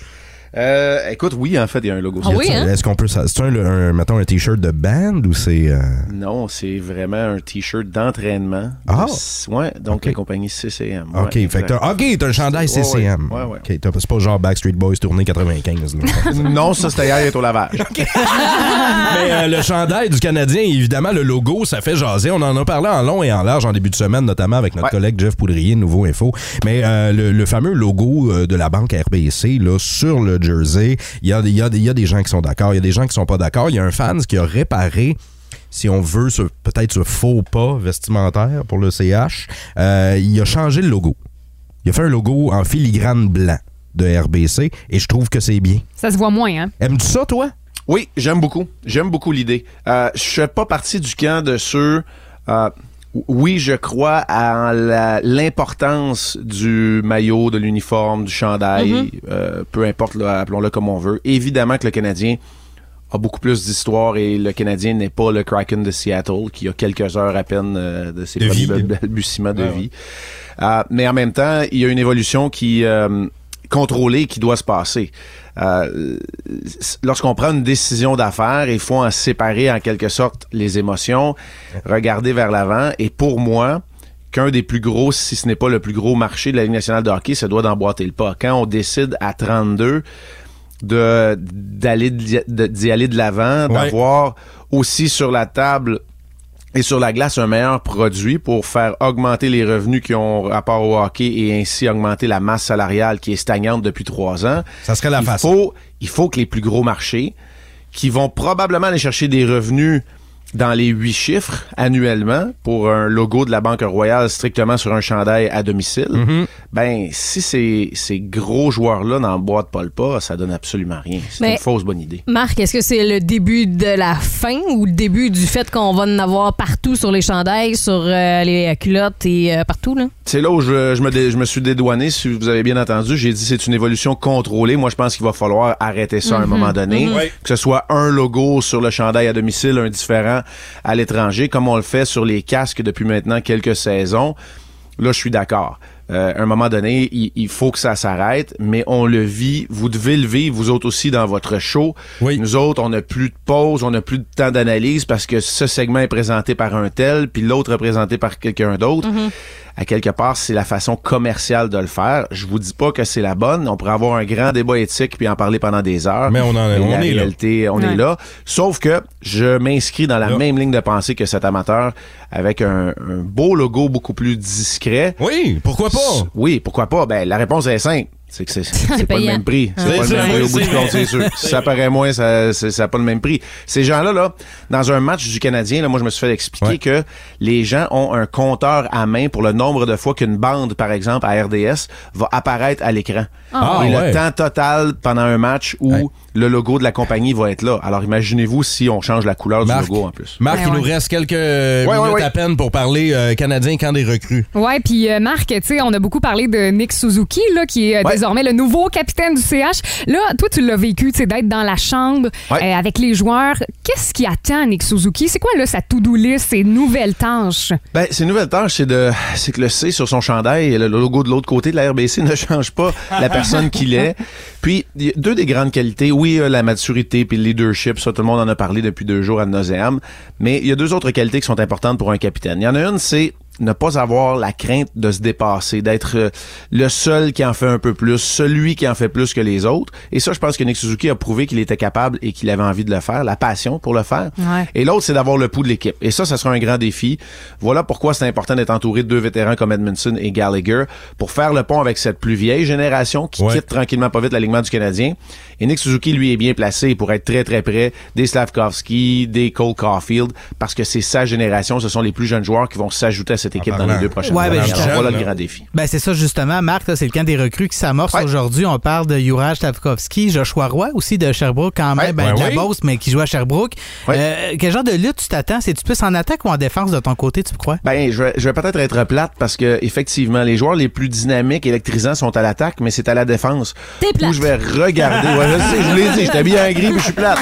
Speaker 11: Euh, écoute, oui, en fait, il y a un logo.
Speaker 3: Oh.
Speaker 4: Ah oui, hein?
Speaker 3: Est-ce qu'on peut ça c'est un, un- mettons un t-shirt de band ou c'est euh,
Speaker 11: Non, c'est vraiment un t-shirt d'entraînement.
Speaker 3: Ah!
Speaker 11: S- Ouais, donc
Speaker 3: Ok.
Speaker 11: la compagnie CCM. ouais,
Speaker 3: OK, fait que
Speaker 11: exact.
Speaker 3: t'as OK, t'as un chandail
Speaker 11: Ouais, ouais.
Speaker 3: CCM.
Speaker 11: Ouais, ouais.
Speaker 3: OK, t'as- c'est pas genre Backstreet Boys tournée 95. là.
Speaker 11: Non, ça, c'était hier, il est au lavage.
Speaker 3: Mais euh, le chandail du Canadien, évidemment, le logo, ça fait jaser. On en a parlé en long et en large en début de semaine, notamment avec notre
Speaker 11: Ouais.
Speaker 3: collègue Jeff Poudrier, Nouveau Info. Mais euh, le, le fameux logo euh, de la banque RBC là, sur le jersey, il y a, il y a- il y a des gens qui sont d'accord, il y a des gens qui sont pas d'accord. Il y a un fan qui a réparé si on veut, ce- peut-être ce faux pas vestimentaire pour le CH, Euh, il a changé le logo. Il a fait un logo en filigrane blanc de RBC et je trouve que c'est bien.
Speaker 5: Ça se voit moins, hein?
Speaker 3: Aimes-tu ça, toi?
Speaker 11: Oui, j'aime beaucoup. J'aime beaucoup l'idée. Euh, je fais pas partie du camp de ceux. euh, oui, je crois à la- l'importance du maillot, de l'uniforme, du chandail, euh, peu importe, là, appelons-le comme on veut. Évidemment que le Canadien a beaucoup plus d'histoire et le Canadien n'est pas le Kraken de Seattle qui a quelques heures à peine euh, de ses
Speaker 3: De
Speaker 11: premiers
Speaker 3: vie, Ah
Speaker 11: bal-
Speaker 3: là.
Speaker 11: balbutiements de vie. Euh, mais en même temps, il y a une évolution qui euh, contrôlée qui doit se passer. Euh, s- lorsqu'on prend une décision d'affaires, il faut en séparer en quelque sorte les émotions, regarder vers l'avant. Et pour moi, qu'un des plus gros, si ce n'est pas le plus gros marché de la Ligue nationale de hockey, ça doit d'emboîter le pas. Quand on décide à 32 de d'aller de- de- d'y aller de l'avant,
Speaker 3: Ouais.
Speaker 11: d'avoir aussi sur la table et sur la glace un meilleur produit pour faire augmenter les revenus qui ont rapport au hockey et ainsi augmenter la masse salariale qui est stagnante depuis trois ans.
Speaker 3: Ça serait la
Speaker 11: il
Speaker 3: façon.
Speaker 11: Faut, il faut que les plus gros marchés, qui vont probablement aller chercher des revenus dans les huit chiffres annuellement pour un logo de la Banque Royale strictement sur un chandail à domicile,
Speaker 3: Mhm.
Speaker 11: ben si ces, ces gros joueurs-là n'emboîtent pas le pas, ça donne absolument rien. C'est
Speaker 4: Mais-
Speaker 11: une fausse bonne idée.
Speaker 4: Marc, est-ce que c'est le début de la fin ou le début du fait qu'on va en avoir partout sur les chandails, sur euh, les culottes et euh, partout, là?
Speaker 11: C'est là où je, je me dé- je me suis dédouané, si vous avez bien entendu. J'ai dit c'est une évolution contrôlée. Moi, je pense qu'il va falloir arrêter ça à un moment donné.
Speaker 12: Mm.
Speaker 11: Que ce soit un logo sur le chandail à domicile, un différent à l'étranger, comme on le fait sur les casques depuis maintenant quelques saisons. Là, je suis d'accord. Euh, à un moment donné, il, il faut que ça s'arrête, mais on le vit. Vous devez le vivre, vous autres aussi, dans votre show.
Speaker 3: Oui.
Speaker 11: Nous autres, on n'a plus de pause, on n'a plus de temps d'analyse parce que ce segment est présenté par un tel, puis l'autre est présenté par quelqu'un d'autre. À quelque part, c'est la façon commerciale de le faire. Je vous dis pas que c'est la bonne. On pourrait avoir un grand débat éthique puis en parler pendant des heures.
Speaker 3: Mais on en-
Speaker 11: Mais
Speaker 3: on
Speaker 11: la
Speaker 3: est là.
Speaker 11: réalité, on
Speaker 5: Ouais.
Speaker 11: est là. Sauf que je m'inscris dans la
Speaker 3: Là.
Speaker 11: même ligne de pensée que cet amateur avec un, un beau logo beaucoup plus discret.
Speaker 3: Oui, pourquoi
Speaker 11: S-
Speaker 3: pas?
Speaker 11: Oui, pourquoi pas? Ben, la réponse est simple. C'est que c'est- c'est pas le
Speaker 4: payant.
Speaker 11: même prix.
Speaker 3: C'est
Speaker 11: C'est pas le
Speaker 3: ça,
Speaker 11: même prix au
Speaker 3: c'est
Speaker 11: bout du
Speaker 3: vrai.
Speaker 11: compte, c'est sûr. Si ça paraît moins, ça c'est- ça a pas le même prix. Ces gens-là, là, dans un match du Canadien, là, moi, je me suis fait expliquer
Speaker 3: Ouais.
Speaker 11: que les gens ont un compteur à main pour le nombre de fois qu'une bande, par exemple, à RDS, va apparaître à l'écran.
Speaker 3: Ah,
Speaker 11: Et
Speaker 3: ouais.
Speaker 11: le temps total pendant un match où
Speaker 3: Ouais.
Speaker 11: le logo de la compagnie va être là. Alors, imaginez-vous si on change la couleur
Speaker 3: Marc,
Speaker 11: du logo en plus.
Speaker 3: Marc,
Speaker 12: Ben
Speaker 5: Ouais,
Speaker 3: il
Speaker 5: ouais.
Speaker 3: nous reste quelques
Speaker 11: ouais,
Speaker 3: minutes
Speaker 11: ouais.
Speaker 3: à peine pour parler euh, Canadien quand des recrues.
Speaker 5: Ouais, puis euh, Marc, tu sais, on a beaucoup parlé de Nick Suzuki, là, qui est euh,
Speaker 11: Ouais.
Speaker 5: désormais le nouveau capitaine du CH. Là, toi, tu l'as vécu, tu sais, d'être dans la chambre
Speaker 11: Ouais.
Speaker 5: euh, avec les joueurs. Qu'est-ce qui attend Nick Suzuki? C'est quoi, là, sa to-do list, ses nouvelles tâches?
Speaker 11: Ben, c'est une nouvelle tâche, c'est de, c'est que le C sur son chandail et le logo de l'autre côté de la RBC ne change pas la personne qu'il est. Puis, il y a deux des grandes qualités, oui, euh, la maturité puis le leadership, ça, tout le monde en a parlé depuis deux jours à nauséam. Mais il y a deux autres qualités qui sont importantes pour un capitaine. Il y en a une, c'est ne pas avoir la crainte de se dépasser, d'être euh, le seul qui en fait un peu plus, celui qui en fait plus que les autres. Et ça, je pense que Nick Suzuki a prouvé qu'il était capable et qu'il avait envie de le faire, la passion pour le faire.
Speaker 13: Ouais.
Speaker 11: Et l'autre, c'est d'avoir le pouls de l'équipe. Et ça, ça sera un grand défi. Voilà pourquoi c'est important d'être entouré de deux vétérans comme Edmondson et Gallagher pour faire le pont avec cette plus vieille génération qui quitte tranquillement pas vite l'alignement du Canadien. Et Nick Suzuki, lui, est bien placé pour être très, très près des Slavkovski, des Cole Caulfield, parce que c'est sa génération. Ce sont les plus jeunes joueurs qui vont s'ajouter à
Speaker 3: Ah,
Speaker 11: cette équipe dans les deux prochaines
Speaker 12: Ouais, ben,
Speaker 11: années. Alors,
Speaker 12: justement.
Speaker 11: voilà le grand défi.
Speaker 12: Ben, c'est ça, justement. Marc, là, c'est le camp des recrues qui s'amorce aujourd'hui. On parle de Juraj Tavkovski, Joshua Roy aussi de Sherbrooke, quand même, ben,
Speaker 11: Ouais,
Speaker 12: de la
Speaker 11: oui.
Speaker 12: Beauce, mais qui joue à Sherbrooke. Euh, quel genre de lutte tu t'attends? C'est-tu plus en attaque ou en défense de ton côté, tu crois?
Speaker 11: Ben, je vais, je vais peut-être être plate parce que effectivement, les joueurs les plus dynamiques, électrisants sont à l'attaque, mais c'est à la défense.
Speaker 13: T'es plate.
Speaker 11: Où je vais regarder. Ouais, je sais, je vous l'ai dit, j'étais bien gris, puis je suis plate.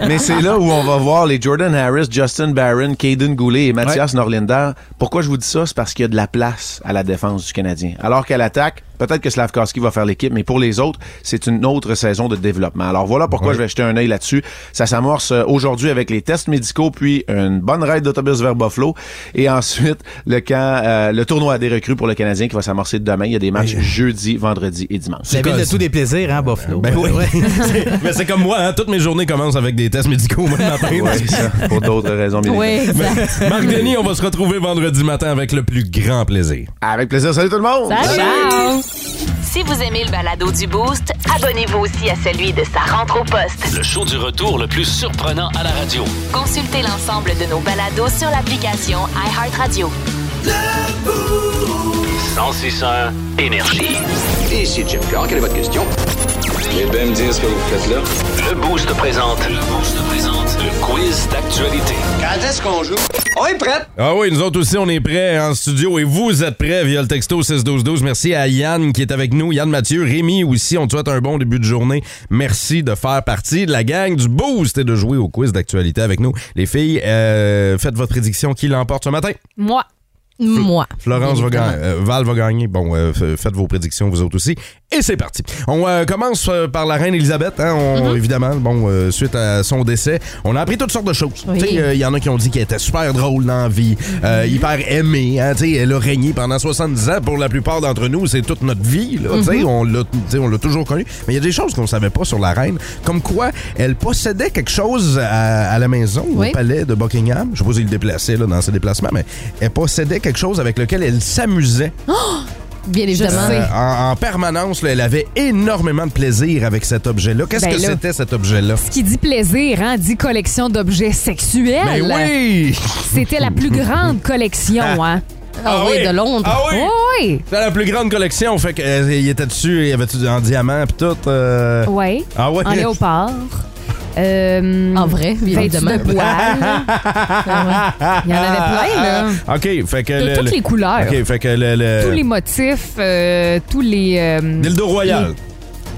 Speaker 11: Mais, mais c'est là où on va voir les Jordan Harris, Justin Barron, Caden Goulet et Mathias Norlinder. Pourquoi je vous dis ça? C'est parce qu'il y a de la place à la défense du Canadien. Alors qu'à l'attaque, peut-être que Slavkowski va faire l'équipe, mais pour les autres, c'est une autre saison de développement. Alors voilà pourquoi je vais jeter un œil là-dessus. Ça s'amorce euh, aujourd'hui avec les tests médicaux, puis une bonne raide d'autobus vers Buffalo. Et ensuite, le camp, euh, le tournoi à des recrues pour le Canadien qui va s'amorcer demain. Il y a des matchs jeudi, vendredi et dimanche.
Speaker 12: La ville de tous des plaisirs, hein, Buffalo? Ben, oui.
Speaker 3: Mais c'est comme moi, hein, toutes mes journées commencent avec des tests médicaux au même matin.
Speaker 11: Ouais, c'est ça, pour d'autres raisons. bien évidemment.
Speaker 3: Marc Denis, on va se retrouver vendredi matin avec le plus grand plaisir.
Speaker 11: Avec plaisir. Salut tout le monde!
Speaker 1: Si vous aimez le balado du Boost, abonnez-vous aussi à celui de sa rentre au poste.
Speaker 2: Le show du retour le plus surprenant à la radio.
Speaker 1: Consultez l'ensemble de nos balados sur l'application iHeartRadio.
Speaker 2: 1061 Énergie.
Speaker 14: Ici Jim Carr, quelle est votre question? Eh bien, me dire ce que vous faites là.
Speaker 2: Le Boost présente. Le Boost présente. Le quiz d'actualité.
Speaker 14: Quand est-ce qu'on joue? On est prêt!
Speaker 3: Ah oui, nous autres aussi, on est prêts en studio et vous êtes prêts via le texto 61212. Merci à Yann qui est avec nous, Yann Mathieu, Rémi aussi. On te souhaite un bon début de journée. Merci de faire partie de la gang du Boost et de jouer au quiz d'actualité avec nous. Les filles, euh, faites votre prédiction qui l'emporte ce matin.
Speaker 5: Moi.
Speaker 4: Moi.
Speaker 3: Florence va gagner. euh, Val va gagner. Bon, euh, f- faites vos prédictions, vous autres aussi. Et c'est parti. On euh, commence euh, par la reine Elisabeth, hein, on- évidemment. Bon, euh, suite à son décès, on a appris toutes sortes de choses. Tu sais, euh, Il y en a qui ont dit qu'elle était super drôle dans la vie, euh, hyper aimée. hein, tu sais, elle a régné pendant 70 ans. Pour la plupart d'entre nous, c'est toute notre vie. là, tu sais,
Speaker 13: Mhm.
Speaker 3: on l'a- tu sais, on l'a toujours connue. Mais il y a des choses qu'on savait pas sur la reine, comme quoi elle possédait quelque chose à, à la maison,
Speaker 13: Oui.
Speaker 3: au palais de Buckingham. Je suppose qu'il le déplaçait là, dans ses déplacements, mais elle possédait quelque chose avec lequel elle s'amusait.
Speaker 4: Oh! Bien évidemment.
Speaker 3: Euh, en, en permanence, là, elle avait énormément de plaisir avec cet objet-là. Qu'est-ce
Speaker 5: Ben
Speaker 3: que
Speaker 5: là.
Speaker 3: c'était cet objet-là?
Speaker 5: Qui dit plaisir, hein, dit collection d'objets sexuels.
Speaker 3: Mais Ben oui!
Speaker 5: C'était la plus grande collection, hein?
Speaker 3: Ah oui, oui. de
Speaker 5: Londres.
Speaker 3: Ah oui?
Speaker 5: oui!
Speaker 3: C'était la plus grande collection, fait que euh, il était dessus, il y avait tout en diamant puis tout. euh,
Speaker 5: Ouais.
Speaker 3: Ah ouais.
Speaker 5: En léopard. Euh, en
Speaker 4: vrai,
Speaker 3: évidemment.
Speaker 5: de poil. Ah ouais. Il y en avait plein, là.
Speaker 3: OK, fait que
Speaker 5: De toutes les couleurs.
Speaker 3: OK, fait que le, le-
Speaker 5: Tous les motifs, euh, tous les... euh,
Speaker 3: dildo royal.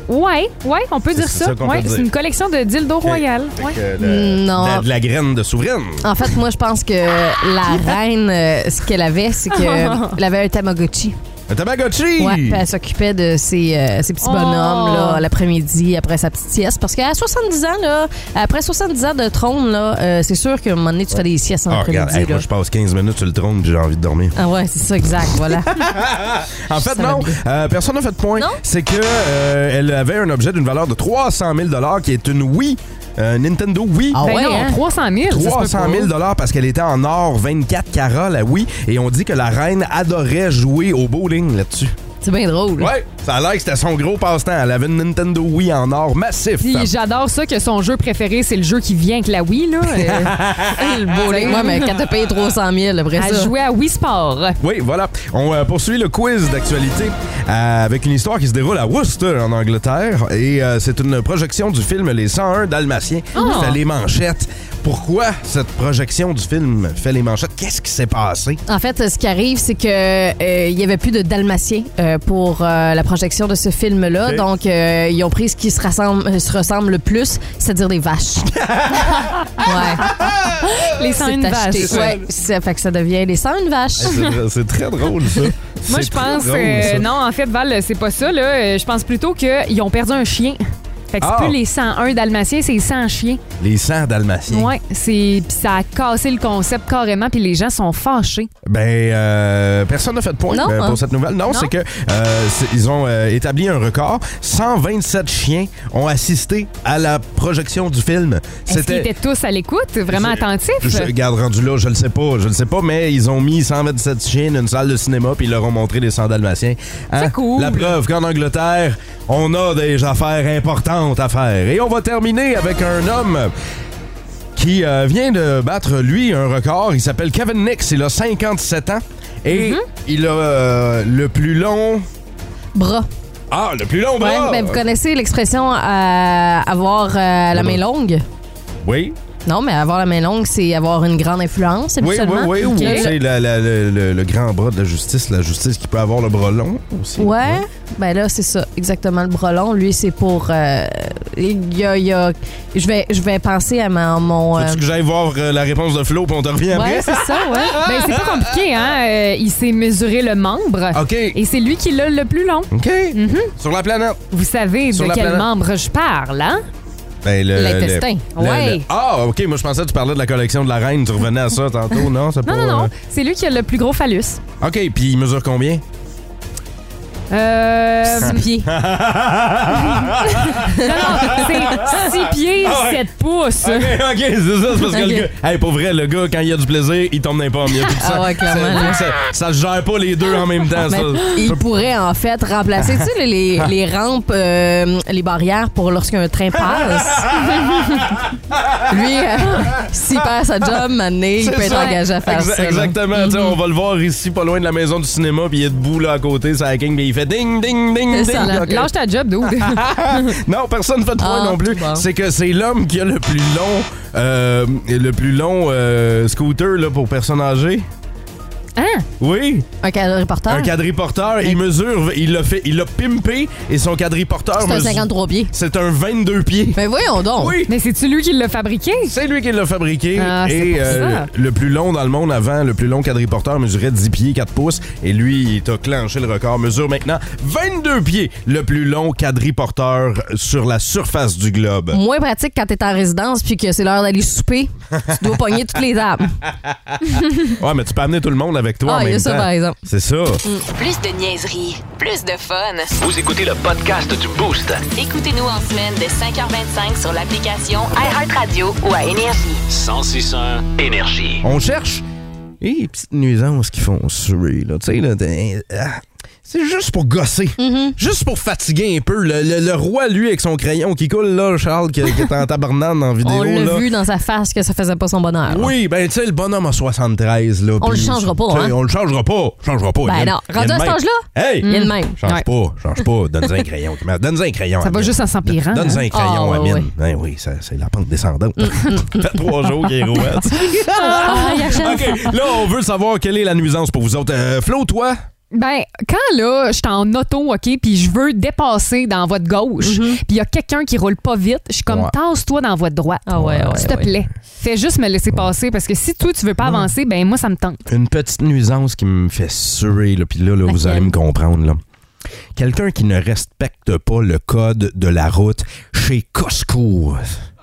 Speaker 5: Ouais, ouais, on peut
Speaker 3: C'est-
Speaker 5: dire
Speaker 3: c'est
Speaker 5: ça.
Speaker 3: ça qu'on peut
Speaker 5: Ouais,
Speaker 3: dire.
Speaker 5: c'est une collection de dildo royal. Ouais. Mm,
Speaker 3: Fait que le-
Speaker 4: Non.
Speaker 3: de la- de la graine de souveraine.
Speaker 4: En fait, moi, je pense que la reine, euh, ce qu'elle avait, c'est qu'elle avait un Tamagotchi.
Speaker 3: Un Tamagotchi!
Speaker 4: Ouais, puis elle s'occupait de ses, euh, ses petits
Speaker 5: Oh.
Speaker 4: bonhommes là, l'après-midi, après sa petite sieste. Parce qu'à 70 ans, là, après 70 ans de trône, là, euh, c'est sûr qu'à un moment donné, tu fais des siestes en
Speaker 3: Ah, regarde,
Speaker 4: après-midi.
Speaker 3: hey,
Speaker 4: là.
Speaker 3: moi, je passe 15 minutes sur le trône puis j'ai envie de dormir.
Speaker 4: Ah ouais, c'est ça, exact, voilà.
Speaker 3: En fait,
Speaker 4: Ça va
Speaker 3: non,
Speaker 4: bien.
Speaker 3: euh, personne n'a fait de point. C'est que euh, elle avait un objet d'une valeur de 300 000 qui est une Wii, euh, Nintendo Wii.
Speaker 4: Ah
Speaker 5: Ben non,
Speaker 4: hein?
Speaker 5: 300 000. ça se peut pas.
Speaker 3: 300 000 parce qu'elle était en or 24 carats, la Wii, et on dit que la reine adorait jouer au bowling là-dessus.
Speaker 4: C'est bien drôle.
Speaker 3: Ouais, ça a l'air que c'était son gros passe-temps. Elle avait une Nintendo Wii en or massif.
Speaker 5: Puis j'adore ça que son jeu préféré, c'est le jeu qui vient avec la Wii, là.
Speaker 4: Ah,
Speaker 5: Euh, le bowling.
Speaker 4: Ouais, mais quand t'as payé 300 000 après
Speaker 5: à
Speaker 4: ça.
Speaker 5: jouer à Wii Sport.
Speaker 3: Oui, voilà. On euh, poursuit le quiz d'actualité euh, avec une histoire qui se déroule à Worcester, en Angleterre. Et euh, c'est une projection du film Les 101 Dalmatiens qui
Speaker 5: Oh.
Speaker 13: Ah.
Speaker 3: fait les manchettes. Pourquoi cette projection du film fait les manchettes? Qu'est-ce qui s'est passé?
Speaker 4: En fait, ce qui arrive, c'est que euh, il y avait plus de dalmatiens euh, euh, pour euh, la projection de ce film-là.
Speaker 3: Ok.
Speaker 4: Donc, euh, ils ont pris ce qui se rassemble, euh, se ressemble le plus, c'est-à-dire des vaches. ouais.
Speaker 5: Les sangs
Speaker 4: C'est
Speaker 5: une
Speaker 4: acheté.
Speaker 5: vache.
Speaker 4: Ouais, ça fait que ça devient les sangs une vache.
Speaker 3: C'est- C'est très drôle, ça.
Speaker 5: Moi,
Speaker 3: C'est
Speaker 5: je
Speaker 3: très
Speaker 5: pense.
Speaker 3: drôle,
Speaker 5: euh,
Speaker 3: ça.
Speaker 5: non, en fait, Val, c'est pas ça. Là. Euh, Je pense plutôt qu'ils ont perdu un chien. Fait que c'est
Speaker 3: Ah.
Speaker 5: plus les 101 dalmatiens, c'est les 100 chiens.
Speaker 3: Les sangs dalmatiens.
Speaker 5: Ouais, c'est. Puis ça a cassé le concept carrément, puis les gens sont fâchés.
Speaker 3: Ben, euh, personne n'a fait de point
Speaker 5: Non,
Speaker 3: ben,
Speaker 5: hein.
Speaker 3: pour cette nouvelle. Non,
Speaker 5: Non.
Speaker 3: c'est que euh, c'est- ils ont euh, établi un record. 127 chiens ont assisté à la projection du film.
Speaker 5: Est-ce qu'ils étaient tous à l'écoute, vraiment attentifs?
Speaker 3: Je garde rendu là, je le sais pas, je le sais pas, mais ils ont mis 127 chiens dans une salle de cinéma puis ils leur ont montré les 100 dalmatiens. Hein?
Speaker 5: cool.
Speaker 3: La preuve qu'en Angleterre, on a des affaires importantes à faire. Et on va terminer avec un homme qui euh, vient de battre, lui, un record. Il s'appelle Kevin Nix, il a 57 ans et
Speaker 4: Mm-hmm.
Speaker 3: il a euh, le plus long...
Speaker 4: Bras.
Speaker 3: Ah, le plus long
Speaker 4: Ouais,
Speaker 3: bras!
Speaker 4: ben, vous connaissez l'expression euh, avoir euh, la main longue?
Speaker 3: Oui.
Speaker 4: Non, mais avoir la main longue, c'est avoir une grande influence,
Speaker 3: Oui, oui,
Speaker 4: habituellement.
Speaker 3: oui. ou,
Speaker 4: Ok.
Speaker 3: tu sais, la- la- le, le- le grand bras de la justice, la justice qui peut avoir le bras long aussi.
Speaker 4: Ouais, ben là, c'est ça, exactement. Le brelon, lui, c'est pour. euh, il y a- il y a- je, vais, je vais penser à ma- mon. euh,
Speaker 3: Faut-tu que j'aille voir euh, la réponse de Flo puis on te revient après?
Speaker 5: Ouais, c'est ça, ouais. Ben, c'est pas compliqué, hein? Euh, il s'est mesuré le membre.
Speaker 3: OK.
Speaker 5: Et c'est lui qui l'a le plus long.
Speaker 3: OK. Sur la planète.
Speaker 5: Vous savez
Speaker 3: Sur
Speaker 5: de
Speaker 3: la
Speaker 5: quel
Speaker 3: planète.
Speaker 5: membre je parle, hein?
Speaker 3: Ben, le-
Speaker 5: L'intestin.
Speaker 3: le- le-
Speaker 5: Ouais.
Speaker 3: le- Ah, OK. Moi, je pensais que tu parlais de la collection de la reine. Tu revenais à ça tantôt, non? c'est
Speaker 5: Non,
Speaker 3: pas,
Speaker 5: non, non.
Speaker 3: euh,
Speaker 5: C'est lui qui a le plus gros phallus.
Speaker 3: OK. Puis, il mesure combien?
Speaker 5: Euh.
Speaker 3: Six
Speaker 4: pieds.
Speaker 5: non, non, c'est 6 pieds,
Speaker 3: Ah ouais.
Speaker 5: 7 pouces.
Speaker 3: OK, OK. C'est ça. C'est parce que
Speaker 5: OK.
Speaker 3: le gars. Hey, pour vrai, le gars, quand il a du plaisir, il tombe dans les pommes. Il y a plus de
Speaker 4: Ah
Speaker 3: sang.
Speaker 4: ouais, clairement,
Speaker 3: Ça-
Speaker 4: là.
Speaker 3: Ça, ça se gère pas les deux en même temps.
Speaker 4: mais
Speaker 3: ça.
Speaker 4: il pourrait en fait remplacer tu sais, les, les- les rampes, euh, les barrières pour lorsqu'un train passe. Lui, euh, s'il perd sa job, mané, il
Speaker 3: C'est
Speaker 4: peut être
Speaker 3: ça.
Speaker 4: engagé à faire
Speaker 3: Exa-
Speaker 4: ça. là.
Speaker 3: Exactement. Tu sais, On va le voir ici, pas loin de la maison du cinéma, puis il est debout là à côté, ça king, puis il fait ding, ding, ding,
Speaker 5: C'est
Speaker 3: ding.
Speaker 5: ça.
Speaker 3: OK.
Speaker 5: Lâche ta job, dude.
Speaker 3: non, personne ne fait de point
Speaker 5: Ah,
Speaker 3: non plus.
Speaker 5: bon.
Speaker 3: C'est que c'est l'homme qui a le plus long, euh, le plus long euh, scooter là, pour personnes âgées.
Speaker 5: Hein?
Speaker 3: Oui.
Speaker 4: Un
Speaker 5: Ah.
Speaker 4: quadriporteur.
Speaker 3: Un quadriporteur. Il mesure, il l'a fait, il l'a pimpé et son quadriporteur.
Speaker 4: C'est un
Speaker 3: mesure-
Speaker 4: 53 pieds.
Speaker 3: C'est un 22 pieds.
Speaker 4: Mais voyons donc.
Speaker 3: Oui.
Speaker 5: Mais c'est-tu lui qui l'a fabriqué?
Speaker 3: C'est lui qui l'a fabriqué.
Speaker 5: Ah, c'est
Speaker 3: et
Speaker 5: pour
Speaker 3: euh,
Speaker 5: ça.
Speaker 3: le plus long dans le monde avant, le plus long quadriporteur mesurait 10 pieds, 4 pouces. Et lui, il a clenché le record. Mesure maintenant 22 pieds, le plus long quadriporteur sur la surface du globe.
Speaker 4: Moins pratique quand t'es en résidence puis que c'est l'heure d'aller souper. Tu dois pogner toutes les tables.
Speaker 3: ouais, mais tu peux amener tout le monde avec toi
Speaker 4: Ah,
Speaker 3: en
Speaker 4: il y a
Speaker 3: même
Speaker 4: ça,
Speaker 3: temps.
Speaker 4: par exemple. Mm.
Speaker 3: C'est ça.
Speaker 1: Plus de niaiserie, plus de fun.
Speaker 2: Vous écoutez le podcast du Boost.
Speaker 1: Écoutez-nous en semaine de 5h25 sur l'application iHeartRadio ou à Énergie.
Speaker 2: 1061 Énergie.
Speaker 3: On cherche. Et petites nuisances qui font suer, là. Tu sais, là. t'es- ah. C'est juste pour gosser.
Speaker 4: Mm-hmm.
Speaker 3: Juste pour fatiguer un peu. Le, le- le roi, lui, avec son crayon qui coule, là, Charles, qui, qui est en tabarnane en vidéo.
Speaker 4: On l'a
Speaker 3: là.
Speaker 4: vu dans sa face que ça faisait pas son bonheur. là.
Speaker 3: Oui, ben tu sais, le bonhomme a 73, là.
Speaker 4: On
Speaker 3: puis-
Speaker 4: le changera pas,
Speaker 3: tu sais,
Speaker 4: hein?
Speaker 3: On le changera pas. Changera pas.
Speaker 4: Ben
Speaker 3: Il y a-
Speaker 4: non.
Speaker 3: il y a
Speaker 4: Rendu
Speaker 3: de
Speaker 4: à cet
Speaker 3: même.
Speaker 4: âge-là,
Speaker 3: Hey!
Speaker 4: il y a de même.
Speaker 3: Change
Speaker 4: Ouais.
Speaker 3: pas, change pas. Donne-nous un crayon. Kim. Donne-nous un crayon.
Speaker 5: Ça va
Speaker 3: Amine.
Speaker 5: juste en s'empirant.
Speaker 3: Donne-nous un
Speaker 5: hein?
Speaker 3: crayon,
Speaker 5: Ah, ouais,
Speaker 3: Amine.
Speaker 5: ouais.
Speaker 3: Ben oui, ça- c'est la pente descendante. Ça fait trois jours qu'il est rouette.
Speaker 5: Ah, il achève.
Speaker 3: OK, là, on veut savoir quelle est la nuisance pour vous autres. Euh, Flo, toi?
Speaker 5: Ben, quand là, je suis en auto, OK, puis je veux dépasser dans votre gauche, puis il y a quelqu'un qui roule pas vite, je suis comme,
Speaker 3: Mhm. Ouais.
Speaker 5: tasse-toi dans votre droite.
Speaker 4: Ah ouais, ouais,
Speaker 5: S'il te
Speaker 4: ouais.
Speaker 5: plaît. Fais juste me laisser passer, parce que si toi, tu veux pas avancer, ben moi, ça me tente.
Speaker 3: Une petite nuisance qui me fait suer, là, puis là, là, vous
Speaker 5: Laquelle?
Speaker 3: allez me comprendre, là. Quelqu'un qui ne respecte pas le code de la route chez Costco.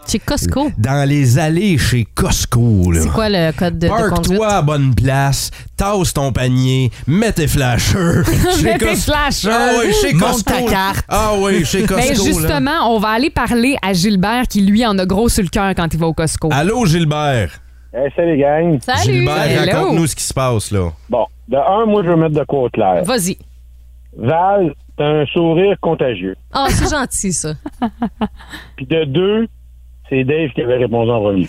Speaker 4: Chez Costco.
Speaker 3: Dans les allées chez Costco, là.
Speaker 4: C'est quoi le code de, de conduite?
Speaker 3: Parque-toi à bonne place, tasse ton panier, mets tes flashers.
Speaker 5: Mets tes
Speaker 3: Cos-
Speaker 5: flashers.
Speaker 3: Ah oui, chez
Speaker 5: Monte
Speaker 3: Costco.
Speaker 5: ta carte.
Speaker 3: Ah oui, chez Costco.
Speaker 5: Ben,
Speaker 3: là.
Speaker 5: justement, on va aller parler à Gilbert qui, lui, en a gros sur le cœur quand il va au Costco.
Speaker 3: Allô, Gilbert.
Speaker 7: salut, gang.
Speaker 5: Salut.
Speaker 3: Ah, Gilbert,
Speaker 5: Hello.
Speaker 3: raconte-nous ce qui se passe, là.
Speaker 7: Bon, de un, moi, je veux mettre de quoi au clair.
Speaker 4: Vas-y.
Speaker 7: Val, t'as un sourire contagieux.
Speaker 4: Ah, c'est gentil, ça.
Speaker 7: Puis de deux, c'est Dave qui avait répondu en premier.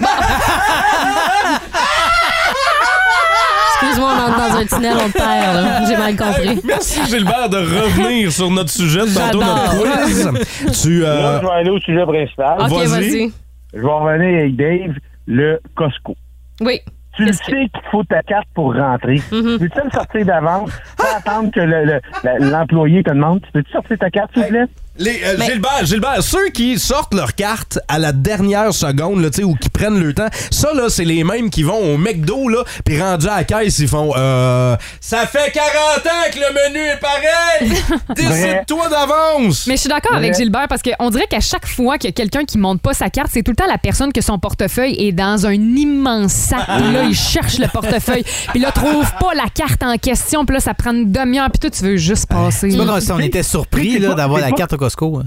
Speaker 4: Excuse-moi, on entre dans un tunnel, on te perd, là. J'ai mal compris.
Speaker 3: Merci, Gilbert, de revenir sur notre sujet de tantôt, notre
Speaker 4: J'adore.
Speaker 3: quiz. tu, euh,
Speaker 7: Là, je vais aller au sujet principal.
Speaker 4: Ok, vas-y.
Speaker 7: Je vais revenir avec Dave, le Costco.
Speaker 4: Oui.
Speaker 7: Tu le sais qu'il faut ta carte pour rentrer. Peux-tu me sortir d'avance? Pas attendre que le- le- la- l'employé te demande. Tu peux-tu sortir ta carte, s'il vous plaît?
Speaker 3: Les, euh, Gilbert, Gilbert, ceux qui sortent leur carte à la dernière seconde, là, tu sais, ou qui prennent le temps, ça, là, c'est les mêmes qui vont au McDo, là, puis rendus à la caisse, ils font euh, Ça fait 40 ans que le menu est pareil! Décide-toi d'avance!
Speaker 5: Mais je suis d'accord
Speaker 3: Ouais.
Speaker 5: avec Gilbert parce qu'on dirait qu'à chaque fois qu'il y a quelqu'un qui monte pas sa carte, c'est tout le temps la personne que son portefeuille est dans un immense sac.
Speaker 3: Ah.
Speaker 5: Puis là, il cherche le portefeuille. Puis là, trouve pas la carte en question. Puis là, ça prend une demi-heure. Puis toi, tu veux juste passer.
Speaker 12: C'est pas comme si on était surpris là, d'avoir la carte au Costco. hein.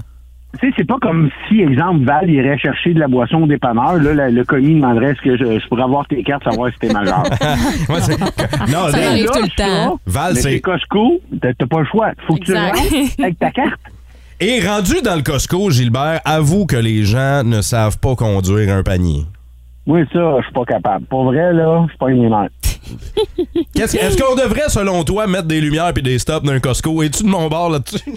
Speaker 7: Tu sais, c'est pas comme si, exemple, Val irait chercher de la boisson au dépanneur. Là, la- le commis demanderait est-ce que je, je pourrais avoir tes cartes, savoir si t'es majeur.
Speaker 3: Ouais, c'est- non,
Speaker 7: Ça
Speaker 3: là,
Speaker 7: arrive
Speaker 3: là,
Speaker 7: tout le
Speaker 3: ça,
Speaker 7: temps.
Speaker 3: Val,
Speaker 7: Mais
Speaker 3: c'est
Speaker 7: chez Costco, t'as t'as pas le choix. Faut que tu
Speaker 3: Exact.
Speaker 7: rentres avec ta carte.
Speaker 3: Et rendu dans le Costco, Gilbert, avoue que les gens ne savent pas conduire un panier.
Speaker 7: Oui, ça, je suis pas capable. Pour vrai, là, je suis pas une mère.
Speaker 3: Qu'est-ce- Est-ce qu'on devrait, selon toi, mettre des lumières puis des stops dans un Costco? Es-tu de mon bord là-dessus?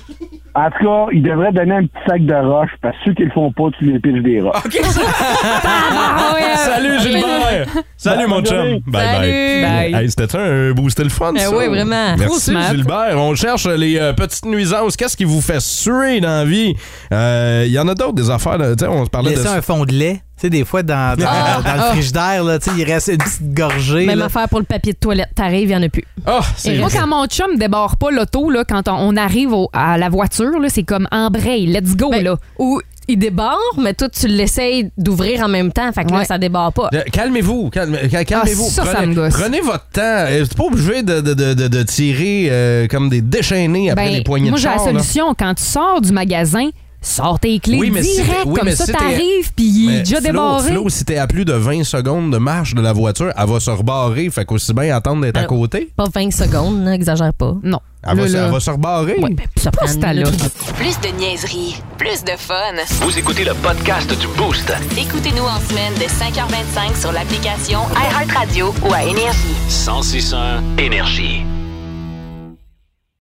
Speaker 7: En tout cas, ils devraient donner un petit sac de roche parce que ceux qui le font pas, tu les pitches des roches.
Speaker 4: Ah, euh,
Speaker 3: Salut Gilbert! Salut mon chum!
Speaker 7: Salut.
Speaker 3: bye!
Speaker 7: Bye.
Speaker 3: Hey, C'était un booster le fun,
Speaker 7: Ben
Speaker 3: ça?
Speaker 7: oui, vraiment. Trop
Speaker 3: Merci
Speaker 7: smart.
Speaker 3: Gilbert. On cherche les euh, petites nuisances. Qu'est-ce qui vous fait suer dans la vie? Euh, Il y en a d'autres, des affaires. là, tu sais, on se parlait
Speaker 12: Laisser
Speaker 3: de
Speaker 12: un fond de lait. Tu sais, des fois, dans, dans,
Speaker 3: Ah!
Speaker 12: dans
Speaker 3: Ah!
Speaker 12: le frigidaire, là, tu sais, il reste une petite gorgée.
Speaker 4: Même
Speaker 12: là.
Speaker 4: affaire pour le papier de toilette. T'arrives, il n'y en a plus.
Speaker 3: Ah,
Speaker 5: Et moi, quand mon chum débarre pas l'auto, là, quand on, on arrive au- à la voiture, là, c'est comme embraye, let's
Speaker 3: Ben,
Speaker 5: go. là.
Speaker 4: Ou il déborde, mais toi, tu l'essayes d'ouvrir en même temps. Fait que là, ça déborde pas.
Speaker 3: Euh, Calmez-vous, calme- cal-
Speaker 5: Ah,
Speaker 3: calmez-vous.
Speaker 4: ça, ça
Speaker 3: prenez,
Speaker 4: me gosse.
Speaker 3: prenez votre temps. Euh, C'est pas obligé de, de- de- de- de tirer euh, comme des déchaînés après
Speaker 5: Ben,
Speaker 3: les poignées
Speaker 5: moi,
Speaker 3: de
Speaker 5: j'ai la
Speaker 3: char, là.
Speaker 5: solution. Quand tu sors du magasin, sors tes clés
Speaker 3: Oui, mais si
Speaker 5: direct.
Speaker 3: t'es- oui,
Speaker 5: comme
Speaker 3: mais
Speaker 5: ça,
Speaker 3: si t'es-
Speaker 5: t'arrives, puis il est
Speaker 3: Mais
Speaker 5: déjà
Speaker 3: Flo-
Speaker 5: débarré.
Speaker 3: Flo, si t'es à plus de 20 secondes de marche de la voiture, elle va se rebarrer. Fait qu'aussi bien attendre d'être à
Speaker 5: Ben,
Speaker 4: Alors,
Speaker 3: côté.
Speaker 4: Pas 20 secondes, n'exagère pas.
Speaker 5: Non.
Speaker 3: Elle, va, se- elle va se rebarrer.
Speaker 4: ça prend une minute.
Speaker 1: Plus de niaiserie, plus de fun.
Speaker 2: Vous écoutez le podcast du Boost.
Speaker 1: Écoutez-nous en semaine de 5h25 sur l'application iHeartRadio ou à Énergie.
Speaker 2: 1061 Énergie.